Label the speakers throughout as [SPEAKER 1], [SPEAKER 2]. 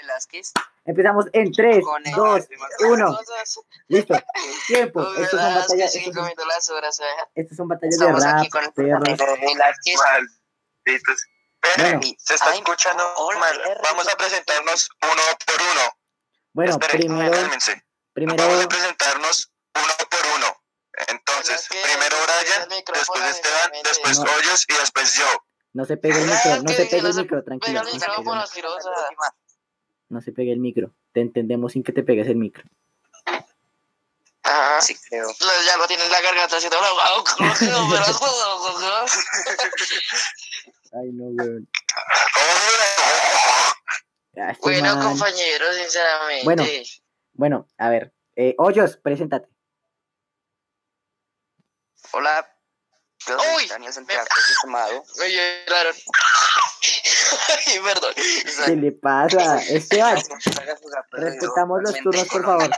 [SPEAKER 1] Velázquez.
[SPEAKER 2] Empezamos en 3,
[SPEAKER 1] Con el
[SPEAKER 2] 2,
[SPEAKER 1] último.
[SPEAKER 2] 1. Listo. Tiempo.
[SPEAKER 1] Con
[SPEAKER 2] Estas son batallas,
[SPEAKER 1] Velázquez,
[SPEAKER 2] estas
[SPEAKER 1] sí,
[SPEAKER 2] son,
[SPEAKER 1] comiendo las horas. eh.
[SPEAKER 2] estas son batallas de
[SPEAKER 1] Estamos aquí con
[SPEAKER 2] rap,
[SPEAKER 1] el
[SPEAKER 2] perros.
[SPEAKER 1] de Velázquez.
[SPEAKER 3] Malditos. Esperen,
[SPEAKER 2] Bueno.
[SPEAKER 3] se está
[SPEAKER 1] Ay,
[SPEAKER 3] escuchando
[SPEAKER 1] hola,
[SPEAKER 3] mal.
[SPEAKER 1] R.
[SPEAKER 3] Vamos a presentarnos uno por uno.
[SPEAKER 2] Bueno,
[SPEAKER 3] Esperen,
[SPEAKER 2] primero,
[SPEAKER 3] cálmense.
[SPEAKER 2] primero,
[SPEAKER 3] Vamos a presentarnos uno por uno. Entonces,
[SPEAKER 1] Bueno, es que
[SPEAKER 3] primero
[SPEAKER 1] el
[SPEAKER 3] Brian,
[SPEAKER 1] micrófono
[SPEAKER 3] después Esteban,
[SPEAKER 1] generalmente-
[SPEAKER 3] después
[SPEAKER 2] No.
[SPEAKER 3] Hoyos y después yo.
[SPEAKER 2] no se pegue el
[SPEAKER 1] Ah,
[SPEAKER 2] micro, no
[SPEAKER 1] que
[SPEAKER 2] se
[SPEAKER 1] dice,
[SPEAKER 2] pegue
[SPEAKER 1] no
[SPEAKER 2] el
[SPEAKER 1] se
[SPEAKER 2] micro,
[SPEAKER 1] Pero
[SPEAKER 2] tranquilo. no
[SPEAKER 1] el
[SPEAKER 2] se pegue el
[SPEAKER 1] micrófono,
[SPEAKER 2] micro,
[SPEAKER 1] Firosa.
[SPEAKER 2] No se pegue el micro. Te entendemos sin que te pegues el micro.
[SPEAKER 4] ah,
[SPEAKER 1] Ajá.
[SPEAKER 3] Sí, creo.
[SPEAKER 1] Lo- Ya lo tienen en la garganta así. todo, guau, guau, guau, guau, guau, guau, guau.
[SPEAKER 2] Ay, no, weón. Ah, este
[SPEAKER 1] Bueno,
[SPEAKER 2] man.
[SPEAKER 1] compañero, sinceramente.
[SPEAKER 2] Bueno. Bueno, a ver. Eh, Hoyos, preséntate.
[SPEAKER 4] Hola, yo soy
[SPEAKER 1] Uy,
[SPEAKER 4] Daniel Santiago, estimado.
[SPEAKER 1] Me lloraron. Ay, perdón.
[SPEAKER 2] ¿Qué le pasa? Esteban, respetamos los turnos, por favor.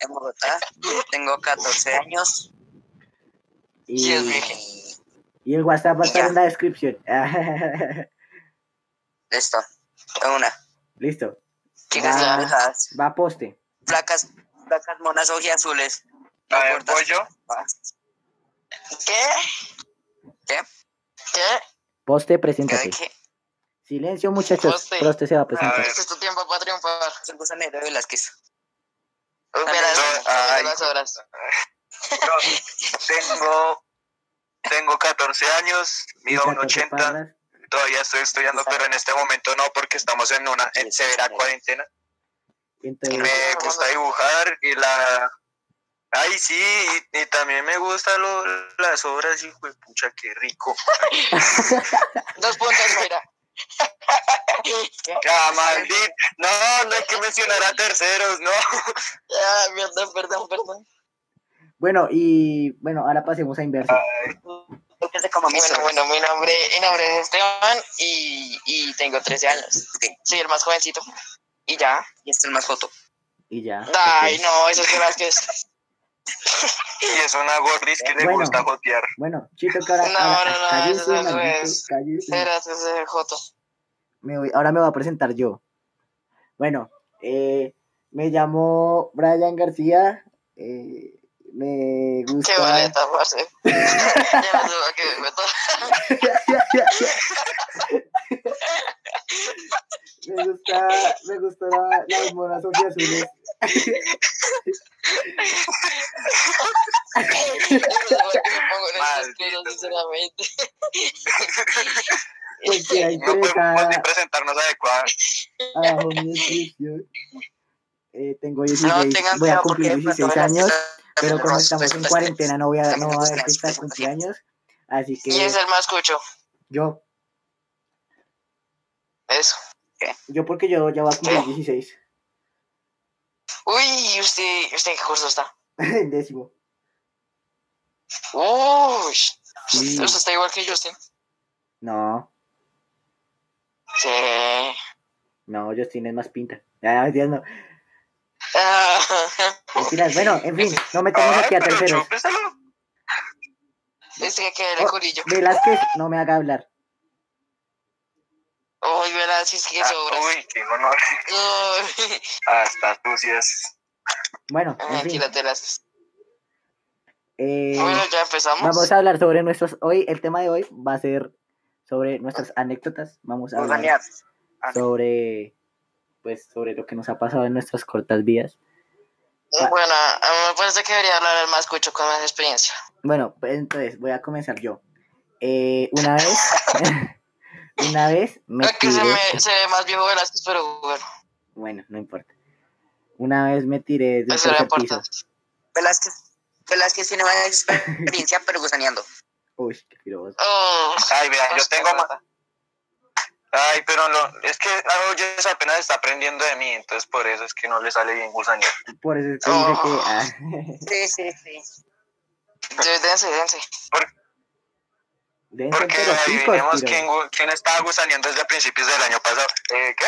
[SPEAKER 4] En Bogotá, tengo 14 años.
[SPEAKER 2] Y,
[SPEAKER 1] Dios mío.
[SPEAKER 2] y el WhatsApp va a estar
[SPEAKER 4] Ya.
[SPEAKER 2] en la descripción.
[SPEAKER 4] Listo, tengo una.
[SPEAKER 2] Listo.
[SPEAKER 4] Chicas
[SPEAKER 2] Ah.
[SPEAKER 4] alejadas,
[SPEAKER 2] Va a poste.
[SPEAKER 4] flacas, flacas monas ojiazules.
[SPEAKER 3] A ver,
[SPEAKER 4] gordas,
[SPEAKER 3] voy yo.
[SPEAKER 4] papas.
[SPEAKER 1] ¿Qué?
[SPEAKER 4] ¿Qué?
[SPEAKER 1] ¿Qué?
[SPEAKER 2] Poste,
[SPEAKER 4] ¿Qué?
[SPEAKER 2] preséntate.
[SPEAKER 4] ¿Qué?
[SPEAKER 2] Silencio, muchachos.
[SPEAKER 1] Poste.
[SPEAKER 2] Poste se va a
[SPEAKER 3] A
[SPEAKER 2] presentar.
[SPEAKER 3] ver.
[SPEAKER 1] Este es tu tiempo para triunfar.
[SPEAKER 4] Se puso Nero Velázquez.
[SPEAKER 1] Verás,
[SPEAKER 3] Yo-
[SPEAKER 1] comiendo
[SPEAKER 3] ay.
[SPEAKER 1] las horas.
[SPEAKER 3] Tengo, tengo 14 años, mido
[SPEAKER 2] Muchachos,
[SPEAKER 3] 1,80.
[SPEAKER 2] parras.
[SPEAKER 3] Todavía estoy estudiando, pero en este momento no, porque estamos en una en severa cuarentena.
[SPEAKER 2] Entonces,
[SPEAKER 3] Me gusta dibujar y la. Ay, sí, y, y también me gustan las obras, hijo de pucha, qué rico.
[SPEAKER 1] Dos puntos, mira.
[SPEAKER 3] Ah, maldito. No, no hay que mencionar a terceros, no.
[SPEAKER 1] Ah, perdón, perdón, perdón.
[SPEAKER 2] bueno, y bueno, ahora pasemos a inverso.
[SPEAKER 1] Ah. Bueno, bueno, mi nombre, mi nombre es Esteban y, y tengo 13 años. Soy el más jovencito. Y ya.
[SPEAKER 4] Y este es el más foto.
[SPEAKER 2] Y ya.
[SPEAKER 1] Ay,
[SPEAKER 2] ok.
[SPEAKER 1] no, eso es Velázquez.
[SPEAKER 3] Y es una gordis que le
[SPEAKER 2] Bueno.
[SPEAKER 3] gusta jotear.
[SPEAKER 2] Bueno, Chito, que ahora.
[SPEAKER 1] No,
[SPEAKER 2] ahora-
[SPEAKER 1] no, no,
[SPEAKER 2] cállese,
[SPEAKER 1] eso no
[SPEAKER 2] maldito,
[SPEAKER 1] es.
[SPEAKER 2] cállese.
[SPEAKER 1] Verás, ese es Joto.
[SPEAKER 2] Me voy- ahora me voy a presentar yo. Bueno, eh, me llamo Brian García. eh, me gusta.
[SPEAKER 1] Qué boleta, parce. ya no sé a qué me meto.
[SPEAKER 2] me gusta, me gusta la- las monas azules.
[SPEAKER 1] Yo no sé por qué me pongo en esas
[SPEAKER 3] Maldito
[SPEAKER 1] cosas, sinceramente.
[SPEAKER 2] Porque pues, hay
[SPEAKER 3] No
[SPEAKER 1] pues,
[SPEAKER 3] podemos ni
[SPEAKER 2] interesada
[SPEAKER 3] presentarnos adecuada.
[SPEAKER 2] abajo en mi descripción. Eh, tengo 16,
[SPEAKER 4] No tengan
[SPEAKER 2] voy a
[SPEAKER 4] cuidado porque
[SPEAKER 2] cumplir
[SPEAKER 4] de pronto
[SPEAKER 2] 16
[SPEAKER 4] Velázquez
[SPEAKER 2] años,
[SPEAKER 4] también
[SPEAKER 2] pero como
[SPEAKER 4] los-
[SPEAKER 2] estamos en
[SPEAKER 4] pues,
[SPEAKER 2] cuarentena no voy a, no
[SPEAKER 4] también
[SPEAKER 2] va a
[SPEAKER 4] los
[SPEAKER 2] haber fiesta de
[SPEAKER 4] cumpleaños.
[SPEAKER 2] cumpleaños, así
[SPEAKER 1] Y
[SPEAKER 2] que
[SPEAKER 1] es el más cucho.
[SPEAKER 2] yo,
[SPEAKER 1] Eso.
[SPEAKER 2] yo porque yo ya voy a cumplir 16,
[SPEAKER 1] Uy, ¿y usted, ¿y usted en qué curso está?
[SPEAKER 2] en décimo.
[SPEAKER 1] Uy,
[SPEAKER 2] Sí.
[SPEAKER 1] usted está igual que Justin.
[SPEAKER 2] No,
[SPEAKER 1] Sí.
[SPEAKER 2] no, Justin es más pinta. Ah, Dios, no.
[SPEAKER 1] Ah,
[SPEAKER 2] Mentiras, bueno, en fin, no metemos
[SPEAKER 3] Ay,
[SPEAKER 2] aquí a
[SPEAKER 3] pero
[SPEAKER 2] terceros.
[SPEAKER 3] chúpeselo.
[SPEAKER 1] es que queda el
[SPEAKER 2] Oh.
[SPEAKER 1] colillo.
[SPEAKER 2] Velázquez, no me haga hablar.
[SPEAKER 1] Uy, ¿verdad? Sí, es que
[SPEAKER 3] Ah,
[SPEAKER 1] sobra.
[SPEAKER 3] Uy, qué honor.
[SPEAKER 1] Uy, Ah,
[SPEAKER 3] Hasta sucias.
[SPEAKER 2] Bueno, en
[SPEAKER 1] Aquí
[SPEAKER 2] fin,
[SPEAKER 1] las de las.
[SPEAKER 2] eh,
[SPEAKER 1] Bueno, ya empezamos.
[SPEAKER 2] vamos a hablar sobre nuestros, hoy, el tema de hoy va a ser sobre nuestras anécdotas, vamos a
[SPEAKER 4] Vamos,
[SPEAKER 2] hablar
[SPEAKER 4] Daniel.
[SPEAKER 2] sobre pues sobre lo que nos ha pasado en nuestras cortas vidas.
[SPEAKER 1] Bueno, a mí me parece que debería hablar el más cucho con más experiencia.
[SPEAKER 2] Bueno, pues, entonces voy a comenzar yo. Eh, una vez, una vez me
[SPEAKER 1] Es que se,
[SPEAKER 2] tiré-
[SPEAKER 1] me, se ve más viejo Velázquez, pero bueno,
[SPEAKER 2] bueno, no importa. Una vez me tiré del
[SPEAKER 1] eso era
[SPEAKER 2] tercer piso.
[SPEAKER 1] importante.
[SPEAKER 4] Velázquez, Velázquez tiene más experiencia, pero gusaneando.
[SPEAKER 2] Uy, qué piroboso.
[SPEAKER 1] Oh,
[SPEAKER 3] Ay, vea, yo
[SPEAKER 1] Oscar,
[SPEAKER 3] tengo más.
[SPEAKER 1] rata.
[SPEAKER 3] Ay, pero no, es que Hoyos apenas está aprendiendo de mí, entonces por eso es que no le sale bien gusanito.
[SPEAKER 2] Por eso es que dije que
[SPEAKER 1] Oh.
[SPEAKER 2] ah,
[SPEAKER 4] Sí, sí, sí.
[SPEAKER 1] Sí, Dense, dense.
[SPEAKER 2] deben ser
[SPEAKER 3] Porque
[SPEAKER 2] pero picos,
[SPEAKER 3] adivinemos
[SPEAKER 2] piro.
[SPEAKER 3] quién, gu- quién estaba gusaneando desde principios del año pasado. Eh, ¿Qué?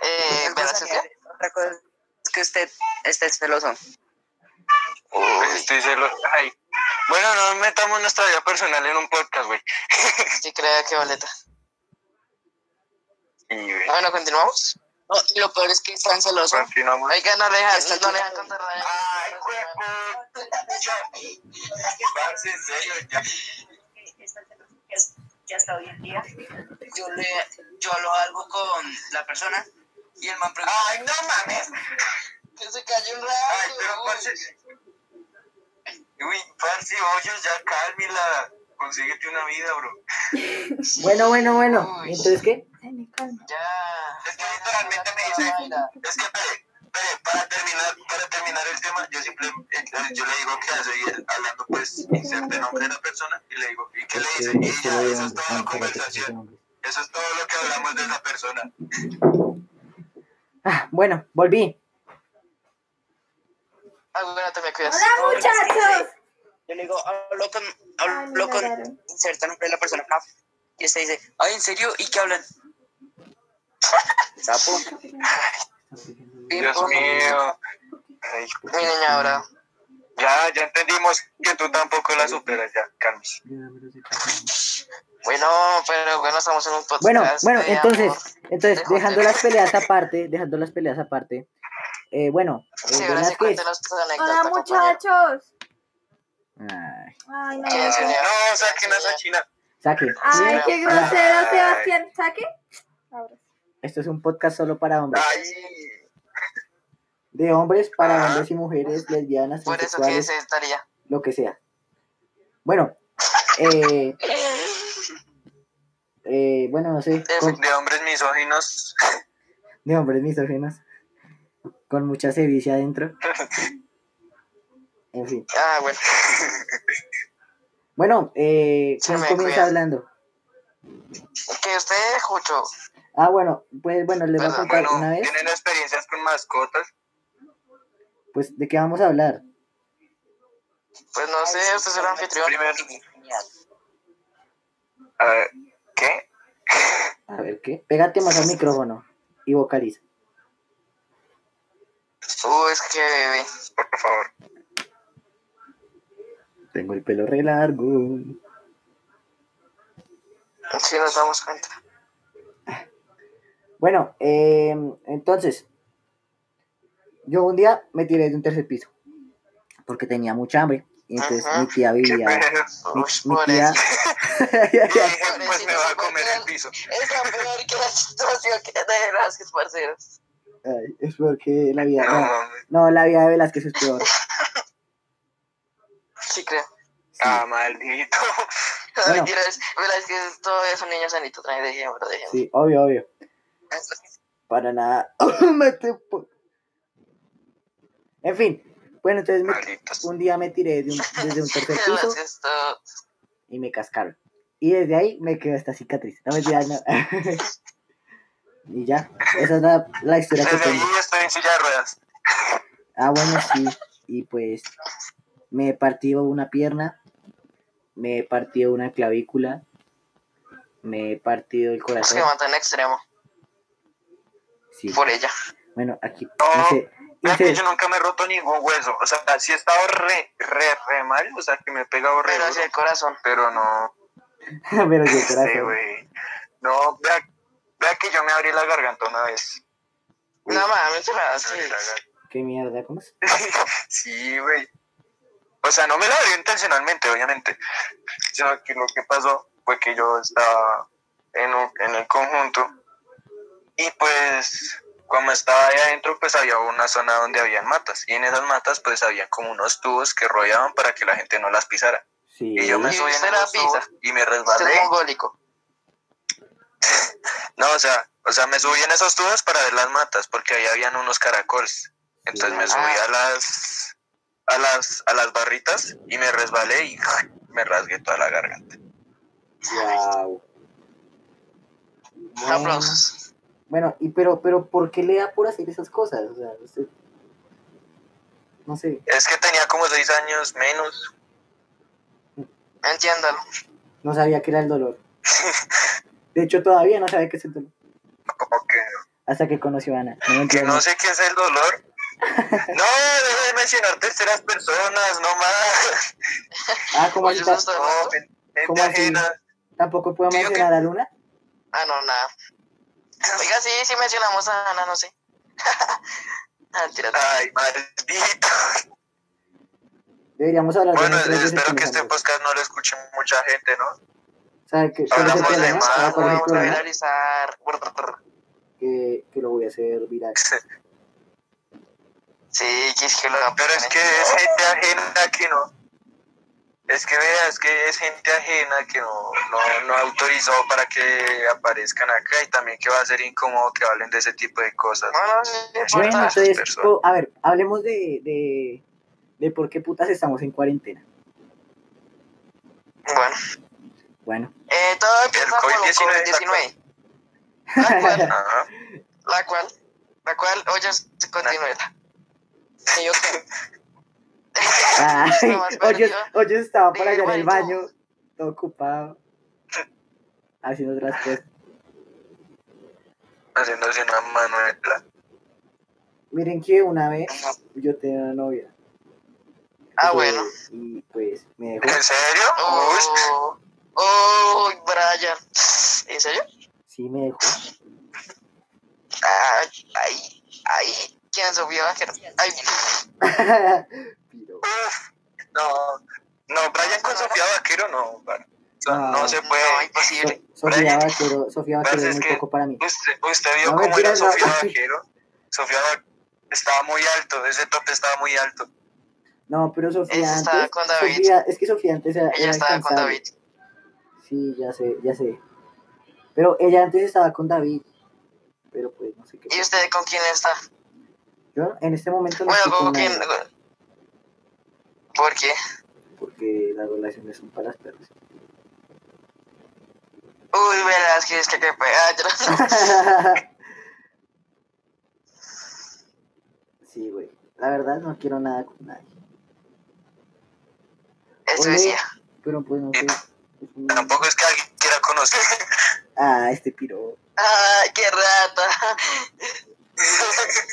[SPEAKER 1] Eh,
[SPEAKER 4] Es
[SPEAKER 1] Velázquez,
[SPEAKER 4] gusanear. Otra cosa es que usted, este es celoso.
[SPEAKER 3] Estoy celo- Ay. Bueno, no metamos nuestra vida personal en un podcast, güey.
[SPEAKER 1] sí, creo que boleta.
[SPEAKER 3] Y eh,
[SPEAKER 1] Ah, Bueno, continuamos.
[SPEAKER 4] No, y lo peor es que están celosos.
[SPEAKER 3] continuamos.
[SPEAKER 1] Oiga, no le dejan,
[SPEAKER 4] Está
[SPEAKER 1] no le
[SPEAKER 4] bien.
[SPEAKER 1] dejan contar nada.
[SPEAKER 3] Ay, cuerpo. Parce, en serio, ya.
[SPEAKER 5] ya hasta hoy en día.
[SPEAKER 4] Yo, le, yo lo algo con la persona y el man pregunta.
[SPEAKER 3] Ay, no mames.
[SPEAKER 1] Que se cayó un
[SPEAKER 3] Ay, pero pues
[SPEAKER 1] rato.
[SPEAKER 3] parce. Uy, parce, hoyos, ya cálmela. Consíguete una vida, bro.
[SPEAKER 2] Bueno, bueno, bueno.
[SPEAKER 1] Uy.
[SPEAKER 2] ¿Entonces qué?
[SPEAKER 1] Ya.
[SPEAKER 3] Es que literalmente me dice,
[SPEAKER 1] Ah,
[SPEAKER 3] es que espere, espere, para terminar, para terminar el tema, yo simple, eh, yo le digo que estoy hablando pues inserte nombre de la persona y le digo, ¿y qué le dice? Y ya, eso es toda la conversación, eso es todo lo que hablamos de esa persona.
[SPEAKER 2] Ah, bueno, volví.
[SPEAKER 1] Ah, bueno, te me cuidas.
[SPEAKER 5] ¡Hola, muchachos!
[SPEAKER 4] Yo le digo, hablo con,
[SPEAKER 5] Ay, me
[SPEAKER 4] hablo
[SPEAKER 5] mataron.
[SPEAKER 4] con, inserta nombre de la persona. Ah, Y usted dice, ay, ¿en serio? ¿Y qué hablan? Sapo.
[SPEAKER 3] Ay,
[SPEAKER 1] Mi niña ahora.
[SPEAKER 3] ya, ya entendimos que tú tampoco la superas, ya, Carlos.
[SPEAKER 1] Bueno, pero bueno, estamos en un podcast.
[SPEAKER 2] Bueno, bueno,
[SPEAKER 1] de amor.
[SPEAKER 2] entonces, entonces,
[SPEAKER 1] Dejó-
[SPEAKER 2] dejando las peleas aparte, dejando las peleas aparte, eh, bueno, eh,
[SPEAKER 1] Sí,
[SPEAKER 2] de
[SPEAKER 1] ahora
[SPEAKER 2] las
[SPEAKER 1] sí,
[SPEAKER 2] que-
[SPEAKER 1] cuéntanos tus anécdotas.
[SPEAKER 5] Hola, muchachos.
[SPEAKER 2] Ay,
[SPEAKER 5] Ay, no.
[SPEAKER 1] ¿Quién sería?
[SPEAKER 3] No, saquen a esa china.
[SPEAKER 2] saque.
[SPEAKER 5] Ay, qué grosero,
[SPEAKER 3] Ay.
[SPEAKER 5] Sebastián. ¿Saque? Ahora.
[SPEAKER 2] Esto es un podcast solo para hombres.
[SPEAKER 3] Ay,
[SPEAKER 2] De hombres para
[SPEAKER 3] Ah.
[SPEAKER 2] hombres y mujeres, lesbianas,
[SPEAKER 1] Por eso que
[SPEAKER 2] transexuales,
[SPEAKER 1] se estaría.
[SPEAKER 2] lo que sea. Bueno, eh, eh, bueno, no sé, con-
[SPEAKER 3] de hombres misóginos.
[SPEAKER 2] de hombres misógenos, con mucha sevicia adentro. En fin.
[SPEAKER 1] Ah, bueno.
[SPEAKER 2] Bueno, eh,
[SPEAKER 1] Sí,
[SPEAKER 2] ¿quién
[SPEAKER 1] me
[SPEAKER 2] comienza
[SPEAKER 1] cuidas.
[SPEAKER 2] hablando?
[SPEAKER 1] Que usted, Jucho.
[SPEAKER 2] Ah, bueno, pues bueno, les voy a
[SPEAKER 1] Bueno,
[SPEAKER 2] contar
[SPEAKER 3] Bueno,
[SPEAKER 2] una vez,
[SPEAKER 3] tienen experiencias con mascotas.
[SPEAKER 2] pues, ¿de qué vamos a hablar?
[SPEAKER 1] Pues no sé, usted será anfitrión.
[SPEAKER 3] Primero. A ver, ¿qué?
[SPEAKER 2] A ver, ¿qué? Pégate más al micrófono y vocaliza.
[SPEAKER 1] Uh, es que bebé.
[SPEAKER 3] Por favor.
[SPEAKER 2] Tengo el pelo re largo.
[SPEAKER 1] Si nos damos cuenta.
[SPEAKER 2] Bueno, eh, entonces, yo un día me tiré de un tercer piso porque tenía mucha hambre. Y entonces
[SPEAKER 1] Ajá.
[SPEAKER 2] mi tía
[SPEAKER 3] ¿Qué
[SPEAKER 2] vivía.
[SPEAKER 3] pedo?
[SPEAKER 1] Uy,
[SPEAKER 2] Mi
[SPEAKER 1] pobrecito.
[SPEAKER 2] tía.
[SPEAKER 3] Y dije, pues me va a comer el piso.
[SPEAKER 1] Es la peor que la situación que de Velázquez, parceros.
[SPEAKER 2] Ay, es porque la vida.
[SPEAKER 3] No,
[SPEAKER 2] No,
[SPEAKER 3] mames.
[SPEAKER 2] no, la vida de Velázquez es peor.
[SPEAKER 1] Sí, creo.
[SPEAKER 2] Sí.
[SPEAKER 3] Ah, maldito.
[SPEAKER 1] No,
[SPEAKER 2] Bueno.
[SPEAKER 1] mentiras. Velázquez todavía es un niño sanito. También dejémoslo, dejémoslo.
[SPEAKER 2] Sí, obvio, obvio. Para nada. Me te po- En fin, bueno, entonces me-
[SPEAKER 3] Malditos.
[SPEAKER 2] un día me tiré de un- desde un tercer piso.
[SPEAKER 1] Velázquez, todo.
[SPEAKER 2] y me cascaron. Y desde ahí me quedó esta cicatriz. No me no. y ya, esa es la, la historia que
[SPEAKER 3] Desde ahí
[SPEAKER 2] tengo.
[SPEAKER 3] estoy en silla de ruedas.
[SPEAKER 2] Ah, bueno, sí. Y pues me partí una pierna, me partí una clavícula, me he partido el
[SPEAKER 1] Es
[SPEAKER 2] corazón.
[SPEAKER 1] que mata en extremo.
[SPEAKER 2] Sí.
[SPEAKER 1] Por ella.
[SPEAKER 2] Bueno, aquí.
[SPEAKER 3] No,
[SPEAKER 2] Dice,
[SPEAKER 3] Mira que
[SPEAKER 2] dice-
[SPEAKER 3] yo nunca me he roto ningún hueso. O sea, sí he estado re, re, re mal. O sea, que me he pegado re
[SPEAKER 1] Pero
[SPEAKER 3] duro,
[SPEAKER 1] hacia el corazón.
[SPEAKER 3] Pero no.
[SPEAKER 2] pero yo
[SPEAKER 3] Sí,
[SPEAKER 2] corazón.
[SPEAKER 3] güey. No, vea, vea que yo me abrí la garganta una vez.
[SPEAKER 1] No mames, se la
[SPEAKER 3] Me abrí la garganta.
[SPEAKER 2] Qué mierda, ¿cómo es?
[SPEAKER 3] Sí, güey. O sea, no me la abrió intencionalmente, obviamente. Sino que lo que pasó fue que yo estaba en, un- en el conjunto y pues como estaba ahí adentro, pues había una zona donde habían matas. Y en esas matas pues había como unos tubos que rodeaban para que la gente no las pisara.
[SPEAKER 2] Sí.
[SPEAKER 3] Y yo me
[SPEAKER 1] ¿Y
[SPEAKER 3] subí en
[SPEAKER 1] usted la
[SPEAKER 3] esos tubos y me
[SPEAKER 1] Usted es
[SPEAKER 3] resbalé.
[SPEAKER 1] mongólico.
[SPEAKER 3] No, o sea, o sea, me subí en esos tubos para ver las matas, porque ahí habían unos caracoles. Entonces me
[SPEAKER 2] Ah.
[SPEAKER 3] subí a las a las a las barritas y me resbalé y me rasgué toda la garganta.
[SPEAKER 2] Guau. Bueno.
[SPEAKER 1] Aplausos.
[SPEAKER 2] Bueno, y pero, pero ¿por qué le da por hacer esas cosas? O sea, usted- no sé,
[SPEAKER 3] Es que tenía como seis años menos.
[SPEAKER 1] Entiéndalo.
[SPEAKER 2] no sabía que era el dolor. De hecho, todavía no sabía qué es el dolor.
[SPEAKER 3] Como que,
[SPEAKER 2] Hasta que conoció a Ana. No me
[SPEAKER 3] que
[SPEAKER 2] entiendo.
[SPEAKER 3] no sé qué es el dolor. No, deja de mencionar terceras personas, no más.
[SPEAKER 2] Ah, como
[SPEAKER 1] Oye,
[SPEAKER 2] así ta-
[SPEAKER 1] eso está-
[SPEAKER 3] No, gente
[SPEAKER 2] ¿Cómo así?
[SPEAKER 3] ajena.
[SPEAKER 2] tampoco puedo
[SPEAKER 3] Digo que-
[SPEAKER 2] mencionar a Luna.
[SPEAKER 1] Ah, no, nada. Oiga, sí, sí mencionamos a Ana, no sé. Ah, tira.
[SPEAKER 3] Ay, maldito.
[SPEAKER 2] Deberíamos hablar
[SPEAKER 3] Bueno,
[SPEAKER 2] de nosotros
[SPEAKER 3] espero que
[SPEAKER 2] desde
[SPEAKER 3] este
[SPEAKER 2] Colombia.
[SPEAKER 3] podcast no lo escuche mucha gente, ¿no?
[SPEAKER 2] O sea, que, que no se
[SPEAKER 3] hablamos
[SPEAKER 2] pierda,
[SPEAKER 3] de
[SPEAKER 2] ¿no?
[SPEAKER 3] más,
[SPEAKER 2] Estaba por
[SPEAKER 1] Vamos a
[SPEAKER 2] ejemplo, ¿no?
[SPEAKER 1] viralizar.
[SPEAKER 2] que, que lo voy a hacer viral.
[SPEAKER 1] Sí, que es que lo
[SPEAKER 3] Pero es que es gente ajena que no. Es que veas que es gente ajena que no, no, no autorizó para que aparezcan acá y también que va a ser incómodo que hablen de ese tipo de cosas.
[SPEAKER 1] No, no, no
[SPEAKER 3] Bueno,
[SPEAKER 2] Bueno,
[SPEAKER 1] importa.
[SPEAKER 3] esas
[SPEAKER 2] entonces,
[SPEAKER 3] personas.
[SPEAKER 2] po- a ver, hablemos de, de, de por qué putas estamos en cuarentena.
[SPEAKER 1] Bueno,
[SPEAKER 2] Bueno,
[SPEAKER 1] eh, todo empieza por un
[SPEAKER 3] COVID-19,
[SPEAKER 1] COVID-19. La cual,
[SPEAKER 3] Ajá.
[SPEAKER 1] la cual, la cual, oye, se continúa. Y yo que.
[SPEAKER 2] Ay,
[SPEAKER 1] Estoy más
[SPEAKER 2] Hoyos,
[SPEAKER 1] perdido.
[SPEAKER 2] Hoyos estaba por allá en el
[SPEAKER 1] Igualito.
[SPEAKER 2] baño, todo ocupado, haciendo otras cosas.
[SPEAKER 3] Haciéndose una manuela.
[SPEAKER 2] Miren que una vez yo tenía una novia.
[SPEAKER 1] Ah,
[SPEAKER 2] Eh,
[SPEAKER 1] bueno.
[SPEAKER 2] Y pues me dejó.
[SPEAKER 3] ¿En serio? Uy,
[SPEAKER 1] Oh, oh, Brian. ¿En serio?
[SPEAKER 2] Sí, me dejó.
[SPEAKER 1] Ay, ay, ay. ¿Quién subió a Ay,
[SPEAKER 2] Piro.
[SPEAKER 3] no, no, Brian con Sofía Vaquero no. Brian. O sea,
[SPEAKER 2] No.
[SPEAKER 3] No, se
[SPEAKER 1] no,
[SPEAKER 3] puede.
[SPEAKER 1] imposible.
[SPEAKER 2] So- Sofía
[SPEAKER 3] Brian.
[SPEAKER 2] Vaquero, Sofía Vaquero
[SPEAKER 1] pues
[SPEAKER 3] Parce,
[SPEAKER 2] es
[SPEAKER 3] es
[SPEAKER 2] muy
[SPEAKER 3] que-
[SPEAKER 2] poco para mí.
[SPEAKER 3] ¿Usted, usted vio
[SPEAKER 2] No,
[SPEAKER 3] cómo
[SPEAKER 2] mentira,
[SPEAKER 3] era
[SPEAKER 2] no.
[SPEAKER 3] Sofía Vaquero? Sofía Vaquero estaba muy alto, ese tope estaba muy alto.
[SPEAKER 2] No, pero Sofía
[SPEAKER 1] Ella
[SPEAKER 2] antes.
[SPEAKER 1] estaba con David.
[SPEAKER 2] Sofía, es que Sofía antes era.
[SPEAKER 1] Ella
[SPEAKER 2] era
[SPEAKER 1] estaba con
[SPEAKER 2] incansable.
[SPEAKER 1] David.
[SPEAKER 2] Sí, ya sé, ya sé. Pero ella antes estaba con David. Pero pues no sé qué.
[SPEAKER 1] ¿Y usted con quién está?
[SPEAKER 2] Yo en este momento no
[SPEAKER 1] Bueno,
[SPEAKER 2] estoy
[SPEAKER 1] ¿con
[SPEAKER 2] con
[SPEAKER 1] quién?
[SPEAKER 2] nadie,
[SPEAKER 1] ¿Por qué?
[SPEAKER 2] porque las relaciones son para las perras.
[SPEAKER 1] Uy, verás que es que qué pedazo.
[SPEAKER 2] sí, güey. La verdad no quiero nada con nadie.
[SPEAKER 1] Eso
[SPEAKER 2] Oye,
[SPEAKER 1] decía.
[SPEAKER 2] Pero pues no sé. es un-
[SPEAKER 3] Tampoco es que alguien quiera conocer.
[SPEAKER 2] Ah, este piro.
[SPEAKER 1] Ay, qué rata.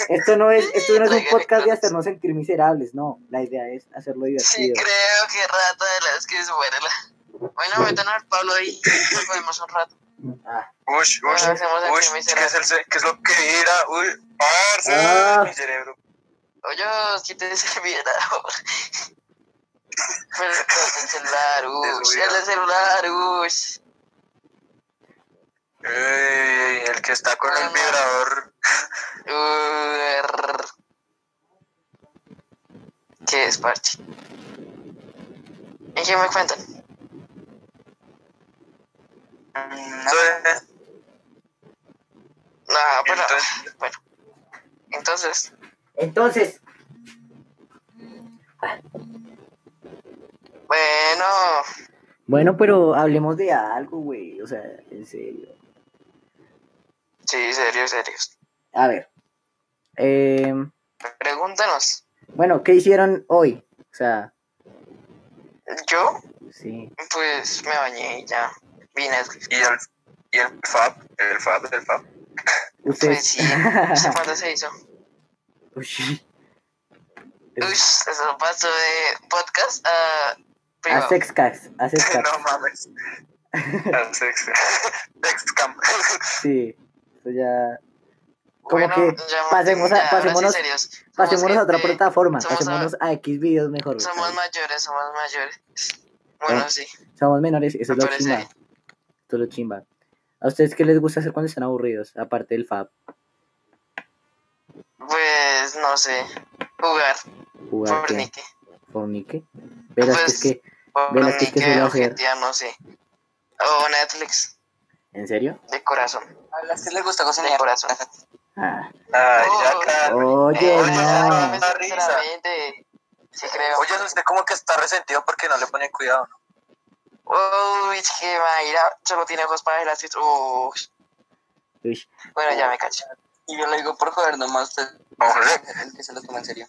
[SPEAKER 2] Esto no es, esto no es un
[SPEAKER 1] Oigan,
[SPEAKER 2] podcast de
[SPEAKER 1] entonces-
[SPEAKER 2] hacernos sentir miserables, no. La idea es hacerlo
[SPEAKER 1] Sí,
[SPEAKER 2] divertido.
[SPEAKER 1] creo que rata de las que suena. Bueno, metan al Pablo ahí. Nos vemos un rato.
[SPEAKER 2] Ah,
[SPEAKER 3] Ush, ush,
[SPEAKER 1] Bueno, hacemos el
[SPEAKER 3] ush,
[SPEAKER 1] primer
[SPEAKER 3] ¿qué es, el, se- qué es lo que era? Uy, parce,
[SPEAKER 2] Ah.
[SPEAKER 3] mi cerebro.
[SPEAKER 1] Oye, quítese mi ahora. Pero pues, el celular, uy. El celular, uy.
[SPEAKER 3] Ey, el que está con el vibrador.
[SPEAKER 1] Urr. ¿Qué es, Parche? ¿Y qué me cuentan?
[SPEAKER 3] Entonces,
[SPEAKER 1] No, Ah, bueno,
[SPEAKER 3] entonces,
[SPEAKER 1] entonces,
[SPEAKER 2] Entonces,
[SPEAKER 1] bueno,
[SPEAKER 2] bueno, pero hablemos de algo, güey. O sea, en serio.
[SPEAKER 1] sí, serios, serios.
[SPEAKER 2] A ver. Eh,
[SPEAKER 1] Pregúntanos,
[SPEAKER 2] bueno, ¿qué hicieron hoy? O sea,
[SPEAKER 1] yo,
[SPEAKER 2] sí.
[SPEAKER 1] pues me bañé y ya, vi Netflix.
[SPEAKER 3] y el, y el Fab, el Fab, el Fab.
[SPEAKER 1] Pues
[SPEAKER 2] Ustedes.
[SPEAKER 1] sí, ¿Usted cuándo se hizo? Pues
[SPEAKER 2] Uy.
[SPEAKER 1] Uy, eso pasó de podcast a
[SPEAKER 2] A
[SPEAKER 1] privado.
[SPEAKER 2] sexcas, a sexcas.
[SPEAKER 3] No mames. Al sex- Sexcam.
[SPEAKER 2] Sí. Eso ya. Como
[SPEAKER 1] Bueno,
[SPEAKER 2] que
[SPEAKER 1] ya,
[SPEAKER 2] pasemos a-
[SPEAKER 1] ya, ahora sí,
[SPEAKER 2] pasémonos-
[SPEAKER 1] serios. Somos
[SPEAKER 2] pasémonos a otra
[SPEAKER 1] gente-
[SPEAKER 2] plataforma.
[SPEAKER 1] somos a-
[SPEAKER 2] Pasémonos a X videos mejor. güey.
[SPEAKER 1] Somos mayores, somos mayores. Bueno, sí.
[SPEAKER 2] Somos menores, eso es
[SPEAKER 1] Me
[SPEAKER 2] lo
[SPEAKER 1] parece
[SPEAKER 2] chimba.
[SPEAKER 1] bien.
[SPEAKER 2] Esto es lo chimba. ¿A ustedes qué les gusta hacer cuando están aburridos? Aparte del fab,
[SPEAKER 1] Pues no sé. Jugar,
[SPEAKER 2] jugar que
[SPEAKER 1] fornique.
[SPEAKER 2] fornique. Verás
[SPEAKER 1] Pues-
[SPEAKER 2] que es que, Velas que- que
[SPEAKER 1] Fornique,
[SPEAKER 2] suele hacer.
[SPEAKER 1] objetiva, no sé. O Netflix,
[SPEAKER 2] ¿en serio?
[SPEAKER 1] de corazón.
[SPEAKER 4] A las que les gusta
[SPEAKER 1] De
[SPEAKER 4] cocinar.
[SPEAKER 1] corazón.
[SPEAKER 2] Ah.
[SPEAKER 3] Ay, ya acá.
[SPEAKER 2] Oh. Oye,
[SPEAKER 1] Eh,
[SPEAKER 3] no.
[SPEAKER 1] no,
[SPEAKER 2] no.
[SPEAKER 1] no, sinceramente, Sí, creo.
[SPEAKER 3] Oye, usted como que está resentido porque no le ponen cuidado, ¿no?
[SPEAKER 1] Uy, es que va a ir a- Solo tiene ojos para el ácido. Uy,
[SPEAKER 2] Uy,
[SPEAKER 1] bueno, ya me cacho.
[SPEAKER 4] Y yo le digo, por joder, nomás usted.
[SPEAKER 3] Hombre.
[SPEAKER 4] El que se lo toma en serio.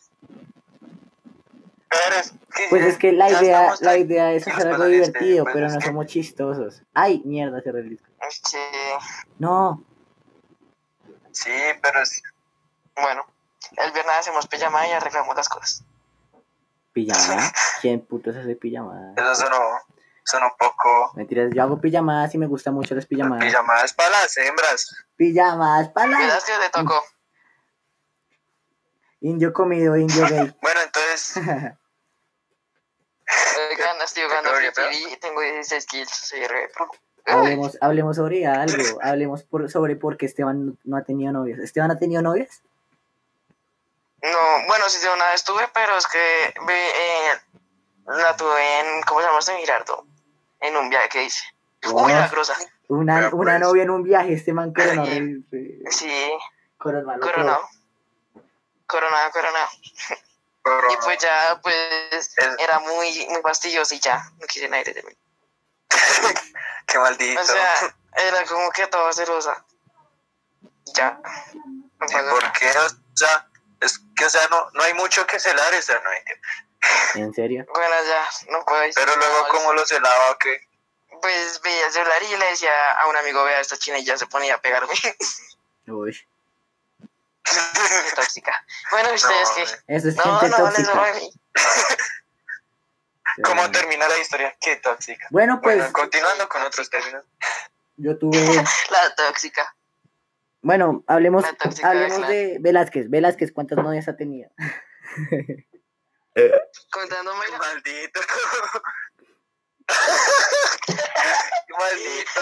[SPEAKER 3] Pero es que-
[SPEAKER 2] Pues es que la
[SPEAKER 3] ya
[SPEAKER 2] idea,
[SPEAKER 3] estamos
[SPEAKER 2] la
[SPEAKER 3] tan-
[SPEAKER 2] idea es
[SPEAKER 3] ya
[SPEAKER 2] hacer algo
[SPEAKER 3] esperan este,
[SPEAKER 2] divertido,
[SPEAKER 3] pues,
[SPEAKER 2] pero
[SPEAKER 3] es
[SPEAKER 2] no
[SPEAKER 3] que-
[SPEAKER 2] somos chistosos. Ay, mierda, se realizó.
[SPEAKER 1] Es que,
[SPEAKER 2] No,
[SPEAKER 3] Sí, pero es...
[SPEAKER 1] bueno, el viernes hacemos pijama y arreglamos las cosas.
[SPEAKER 2] pijama. ¿Quién putas hace pijama?
[SPEAKER 3] eso no... son un poco
[SPEAKER 2] Mentiras, yo hago pijamadas y me gustan mucho las pijamadas.
[SPEAKER 3] pijamadas para las hembras.
[SPEAKER 2] Pijamadas, palas.
[SPEAKER 1] Gracias, te tocó.
[SPEAKER 2] Indio comido, indio gay.
[SPEAKER 3] Bueno, entonces,
[SPEAKER 1] Eh, ganas, tío,
[SPEAKER 3] Te
[SPEAKER 1] ganas.
[SPEAKER 3] acabo de
[SPEAKER 1] Yo
[SPEAKER 3] gritar.
[SPEAKER 1] pedí, tengo 16 kills, soy re pro.
[SPEAKER 2] Hablemos, hablemos sobre algo. Hablemos por- sobre por qué Esteban no ha tenido novias. ¿Esteban ha tenido novias?
[SPEAKER 1] No, bueno, sí de una vez tuve, pero es que ve, eh, la tuve en, ¿cómo se llama este Girardo? En un viaje que hice. Uy, la grosa.
[SPEAKER 2] Una,
[SPEAKER 3] Vea,
[SPEAKER 2] una
[SPEAKER 3] pues.
[SPEAKER 2] novia en un viaje, este man coronó. re- re-
[SPEAKER 1] Sí,
[SPEAKER 2] coronó lo
[SPEAKER 1] coronado. Coronado, coronado.
[SPEAKER 3] pero
[SPEAKER 1] Y pues ya, pues,
[SPEAKER 3] Es-
[SPEAKER 1] era muy, muy fastidioso y ya, no quise nadie de mí.
[SPEAKER 3] qué maldito.
[SPEAKER 1] O sea, era como que todo celosa. Ya. No
[SPEAKER 3] ¿Y
[SPEAKER 1] pasa
[SPEAKER 3] por
[SPEAKER 1] nada.
[SPEAKER 3] qué? O sea, es que, o sea, no, no hay mucho que celar, o sea, no hay que-
[SPEAKER 2] todo. ¿En serio?
[SPEAKER 1] Bueno, ya, no puedo decir
[SPEAKER 3] Pero luego,
[SPEAKER 1] nada más.
[SPEAKER 3] ¿cómo lo celaba o qué?
[SPEAKER 1] Pues veía el celular y le decía a un amigo, vea, esta china y ya se ponía a pegarme.
[SPEAKER 2] Uy.
[SPEAKER 1] Qué tóxica. Bueno, ustedes
[SPEAKER 3] No,
[SPEAKER 1] que...
[SPEAKER 3] eh,
[SPEAKER 2] Eso es
[SPEAKER 1] No,
[SPEAKER 2] gente
[SPEAKER 1] no, les
[SPEAKER 2] tóxica.
[SPEAKER 1] roben.
[SPEAKER 3] ¿Cómo
[SPEAKER 2] Eh,
[SPEAKER 3] termina la historia? Qué tóxica.
[SPEAKER 2] Bueno, pues
[SPEAKER 3] Bueno, continuando con otros términos.
[SPEAKER 2] yo tuve.
[SPEAKER 1] La tóxica.
[SPEAKER 2] Bueno, hablemos,
[SPEAKER 1] La tóxica
[SPEAKER 2] hablemos
[SPEAKER 1] es la-
[SPEAKER 2] de Velázquez. Velázquez, ¿cuántas novias ha tenido?
[SPEAKER 1] Contándome
[SPEAKER 3] Qué Maldito. Qué maldito.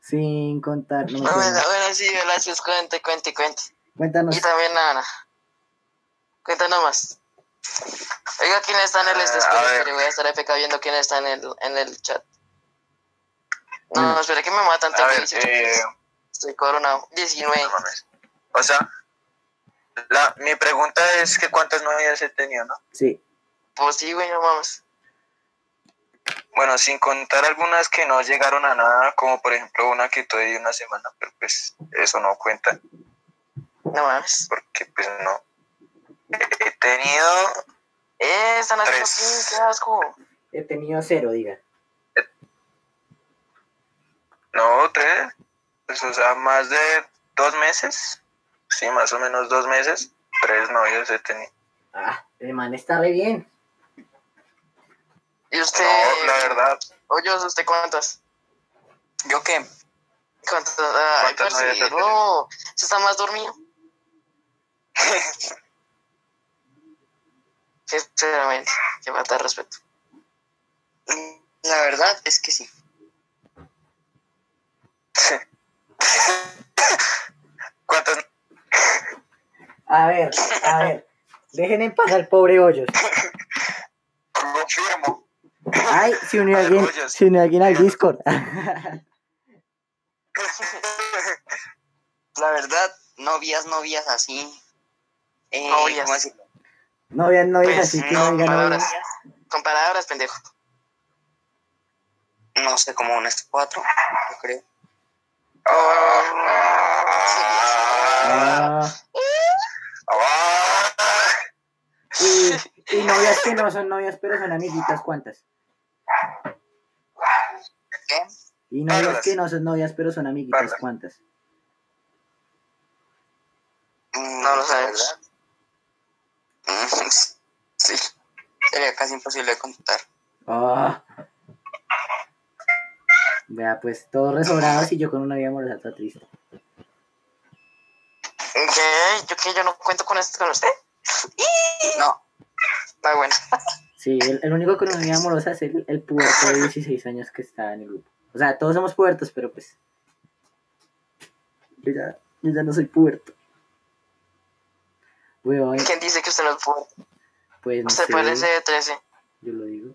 [SPEAKER 2] Sin contar. No me
[SPEAKER 1] Bueno,
[SPEAKER 2] acuerdo.
[SPEAKER 1] bueno, sí, gracias, cuente, cuente, cuente.
[SPEAKER 2] Cuéntanos.
[SPEAKER 1] Y también Ana. Cuenta nomás. Oiga, ¿quién está en el este?
[SPEAKER 3] Ah,
[SPEAKER 1] Espera,
[SPEAKER 3] a ver.
[SPEAKER 1] espera, voy a estar APK viendo quién está en el, en el chat. No,
[SPEAKER 2] Bueno.
[SPEAKER 1] espera que me matan.
[SPEAKER 3] Mm. A
[SPEAKER 1] Tengo
[SPEAKER 3] ver,
[SPEAKER 1] 18
[SPEAKER 3] eh,
[SPEAKER 1] Estoy coronado. 19.
[SPEAKER 3] no mames. O sea, la, mi pregunta es que cuántas novias he tenido, ¿no?
[SPEAKER 2] Sí.
[SPEAKER 1] Pues sí, güey, no mames.
[SPEAKER 3] Bueno, sin contar algunas que no llegaron a nada, como por ejemplo una que tuve una semana, pero pues eso no cuenta,
[SPEAKER 1] No mames.
[SPEAKER 3] porque pues no. He tenido,
[SPEAKER 1] Eh, están haciendo
[SPEAKER 3] Tres.
[SPEAKER 1] pin, qué asco.
[SPEAKER 2] He tenido cero, diga.
[SPEAKER 3] no, tres, pues o sea, más de dos meses, sí, más o menos dos meses, tres novias he tenido.
[SPEAKER 2] Ah, el man está re bien.
[SPEAKER 1] ¿Y usted?
[SPEAKER 3] No, la verdad,
[SPEAKER 1] Hoyos, ¿usted cuántas?
[SPEAKER 4] ¿Yo qué?
[SPEAKER 1] ¿Cuántas? Ah, Ay,
[SPEAKER 3] ¿Cuántas novias has
[SPEAKER 1] no. Se está más dormido. Sinceramente, que falta de respeto.
[SPEAKER 4] La verdad es que sí.
[SPEAKER 3] ¿cuántas?
[SPEAKER 2] A ver, a ver. Dejen en paz al pobre Hoyos.
[SPEAKER 3] Confirmo.
[SPEAKER 2] Ay, se unió
[SPEAKER 3] Al
[SPEAKER 2] alguien,
[SPEAKER 3] Hoyos.
[SPEAKER 2] se unió alguien al Discord.
[SPEAKER 4] La verdad, novias, novias así. Eh,
[SPEAKER 1] Novias.
[SPEAKER 4] ¿cómo decirlo?
[SPEAKER 2] no vean novias
[SPEAKER 1] Pues,
[SPEAKER 2] así que no
[SPEAKER 1] no,
[SPEAKER 2] digan
[SPEAKER 1] palabras.
[SPEAKER 2] novias.
[SPEAKER 1] Con palabras, pendejo.
[SPEAKER 4] No sé, como unas cuatro, yo creo.
[SPEAKER 3] Ah,
[SPEAKER 2] Ah,
[SPEAKER 3] ah.
[SPEAKER 2] y, y novias que no son novias, pero son amiguitas, ¿cuántas?
[SPEAKER 4] ¿Qué?
[SPEAKER 2] Y novias
[SPEAKER 3] Pardas.
[SPEAKER 2] que no son novias, pero son amiguitas,
[SPEAKER 3] Pardas.
[SPEAKER 2] ¿cuántas?
[SPEAKER 4] Mm,
[SPEAKER 1] No lo
[SPEAKER 4] la
[SPEAKER 1] sabemos.
[SPEAKER 4] verdad. Mm, Sí. Sería casi imposible de contar.
[SPEAKER 2] Ah. Vea, pues todos resobrados y yo con una vida amorosa toda triste.
[SPEAKER 1] ¿Qué? ¿Yo qué? ¿Yo no cuento con esto con usted?
[SPEAKER 4] No,
[SPEAKER 1] Está bueno.
[SPEAKER 2] Sí, el, el único con una vida amorosa es el, el puberto de 16 años que está en el grupo. O sea, todos somos pubertos, pero pues. Yo ya, yo ya no soy puberto. Weón,
[SPEAKER 1] ¿Quién dice que usted no es pudo?
[SPEAKER 2] pues no
[SPEAKER 1] Usted
[SPEAKER 2] sé,
[SPEAKER 1] parece de 13.
[SPEAKER 2] yo lo digo.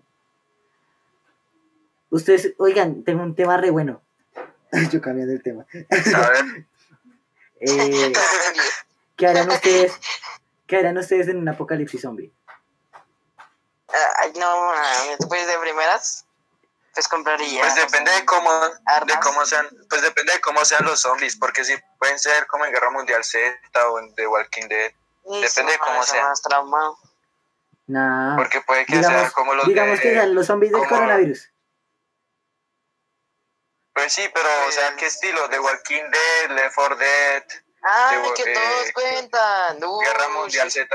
[SPEAKER 2] Ustedes, oigan, tengo un tema re bueno. yo cambiando el tema.
[SPEAKER 3] A ver,
[SPEAKER 2] Eh, ¿Qué harán ustedes? ¿Qué harán ustedes en un apocalipsis zombie?
[SPEAKER 1] Ay, no, mames, pues de primeras, pues compraría.
[SPEAKER 3] Pues depende de cómo,
[SPEAKER 1] Armas.
[SPEAKER 3] de cómo sean, pues depende de cómo sean los zombies, porque si pueden ser como en Guerra Mundial Z o en The Walking Dead,
[SPEAKER 1] Y
[SPEAKER 3] depende de
[SPEAKER 1] sí,
[SPEAKER 3] cómo
[SPEAKER 1] mames,
[SPEAKER 3] sea.
[SPEAKER 1] Más traumado. Ah.
[SPEAKER 2] Nah.
[SPEAKER 3] porque puede que
[SPEAKER 2] digamos
[SPEAKER 3] sea como los
[SPEAKER 2] digamos
[SPEAKER 3] de-
[SPEAKER 2] que sean los zombies del
[SPEAKER 3] como-
[SPEAKER 2] coronavirus.
[SPEAKER 3] Pues sí, pero o sea, ¿qué estilo? The Walking Dead, Left 4 Dead,
[SPEAKER 1] Ay,
[SPEAKER 3] Digo,
[SPEAKER 1] que
[SPEAKER 3] eh,
[SPEAKER 1] todos cuentan. Uy,
[SPEAKER 3] Guerra Mundial Z.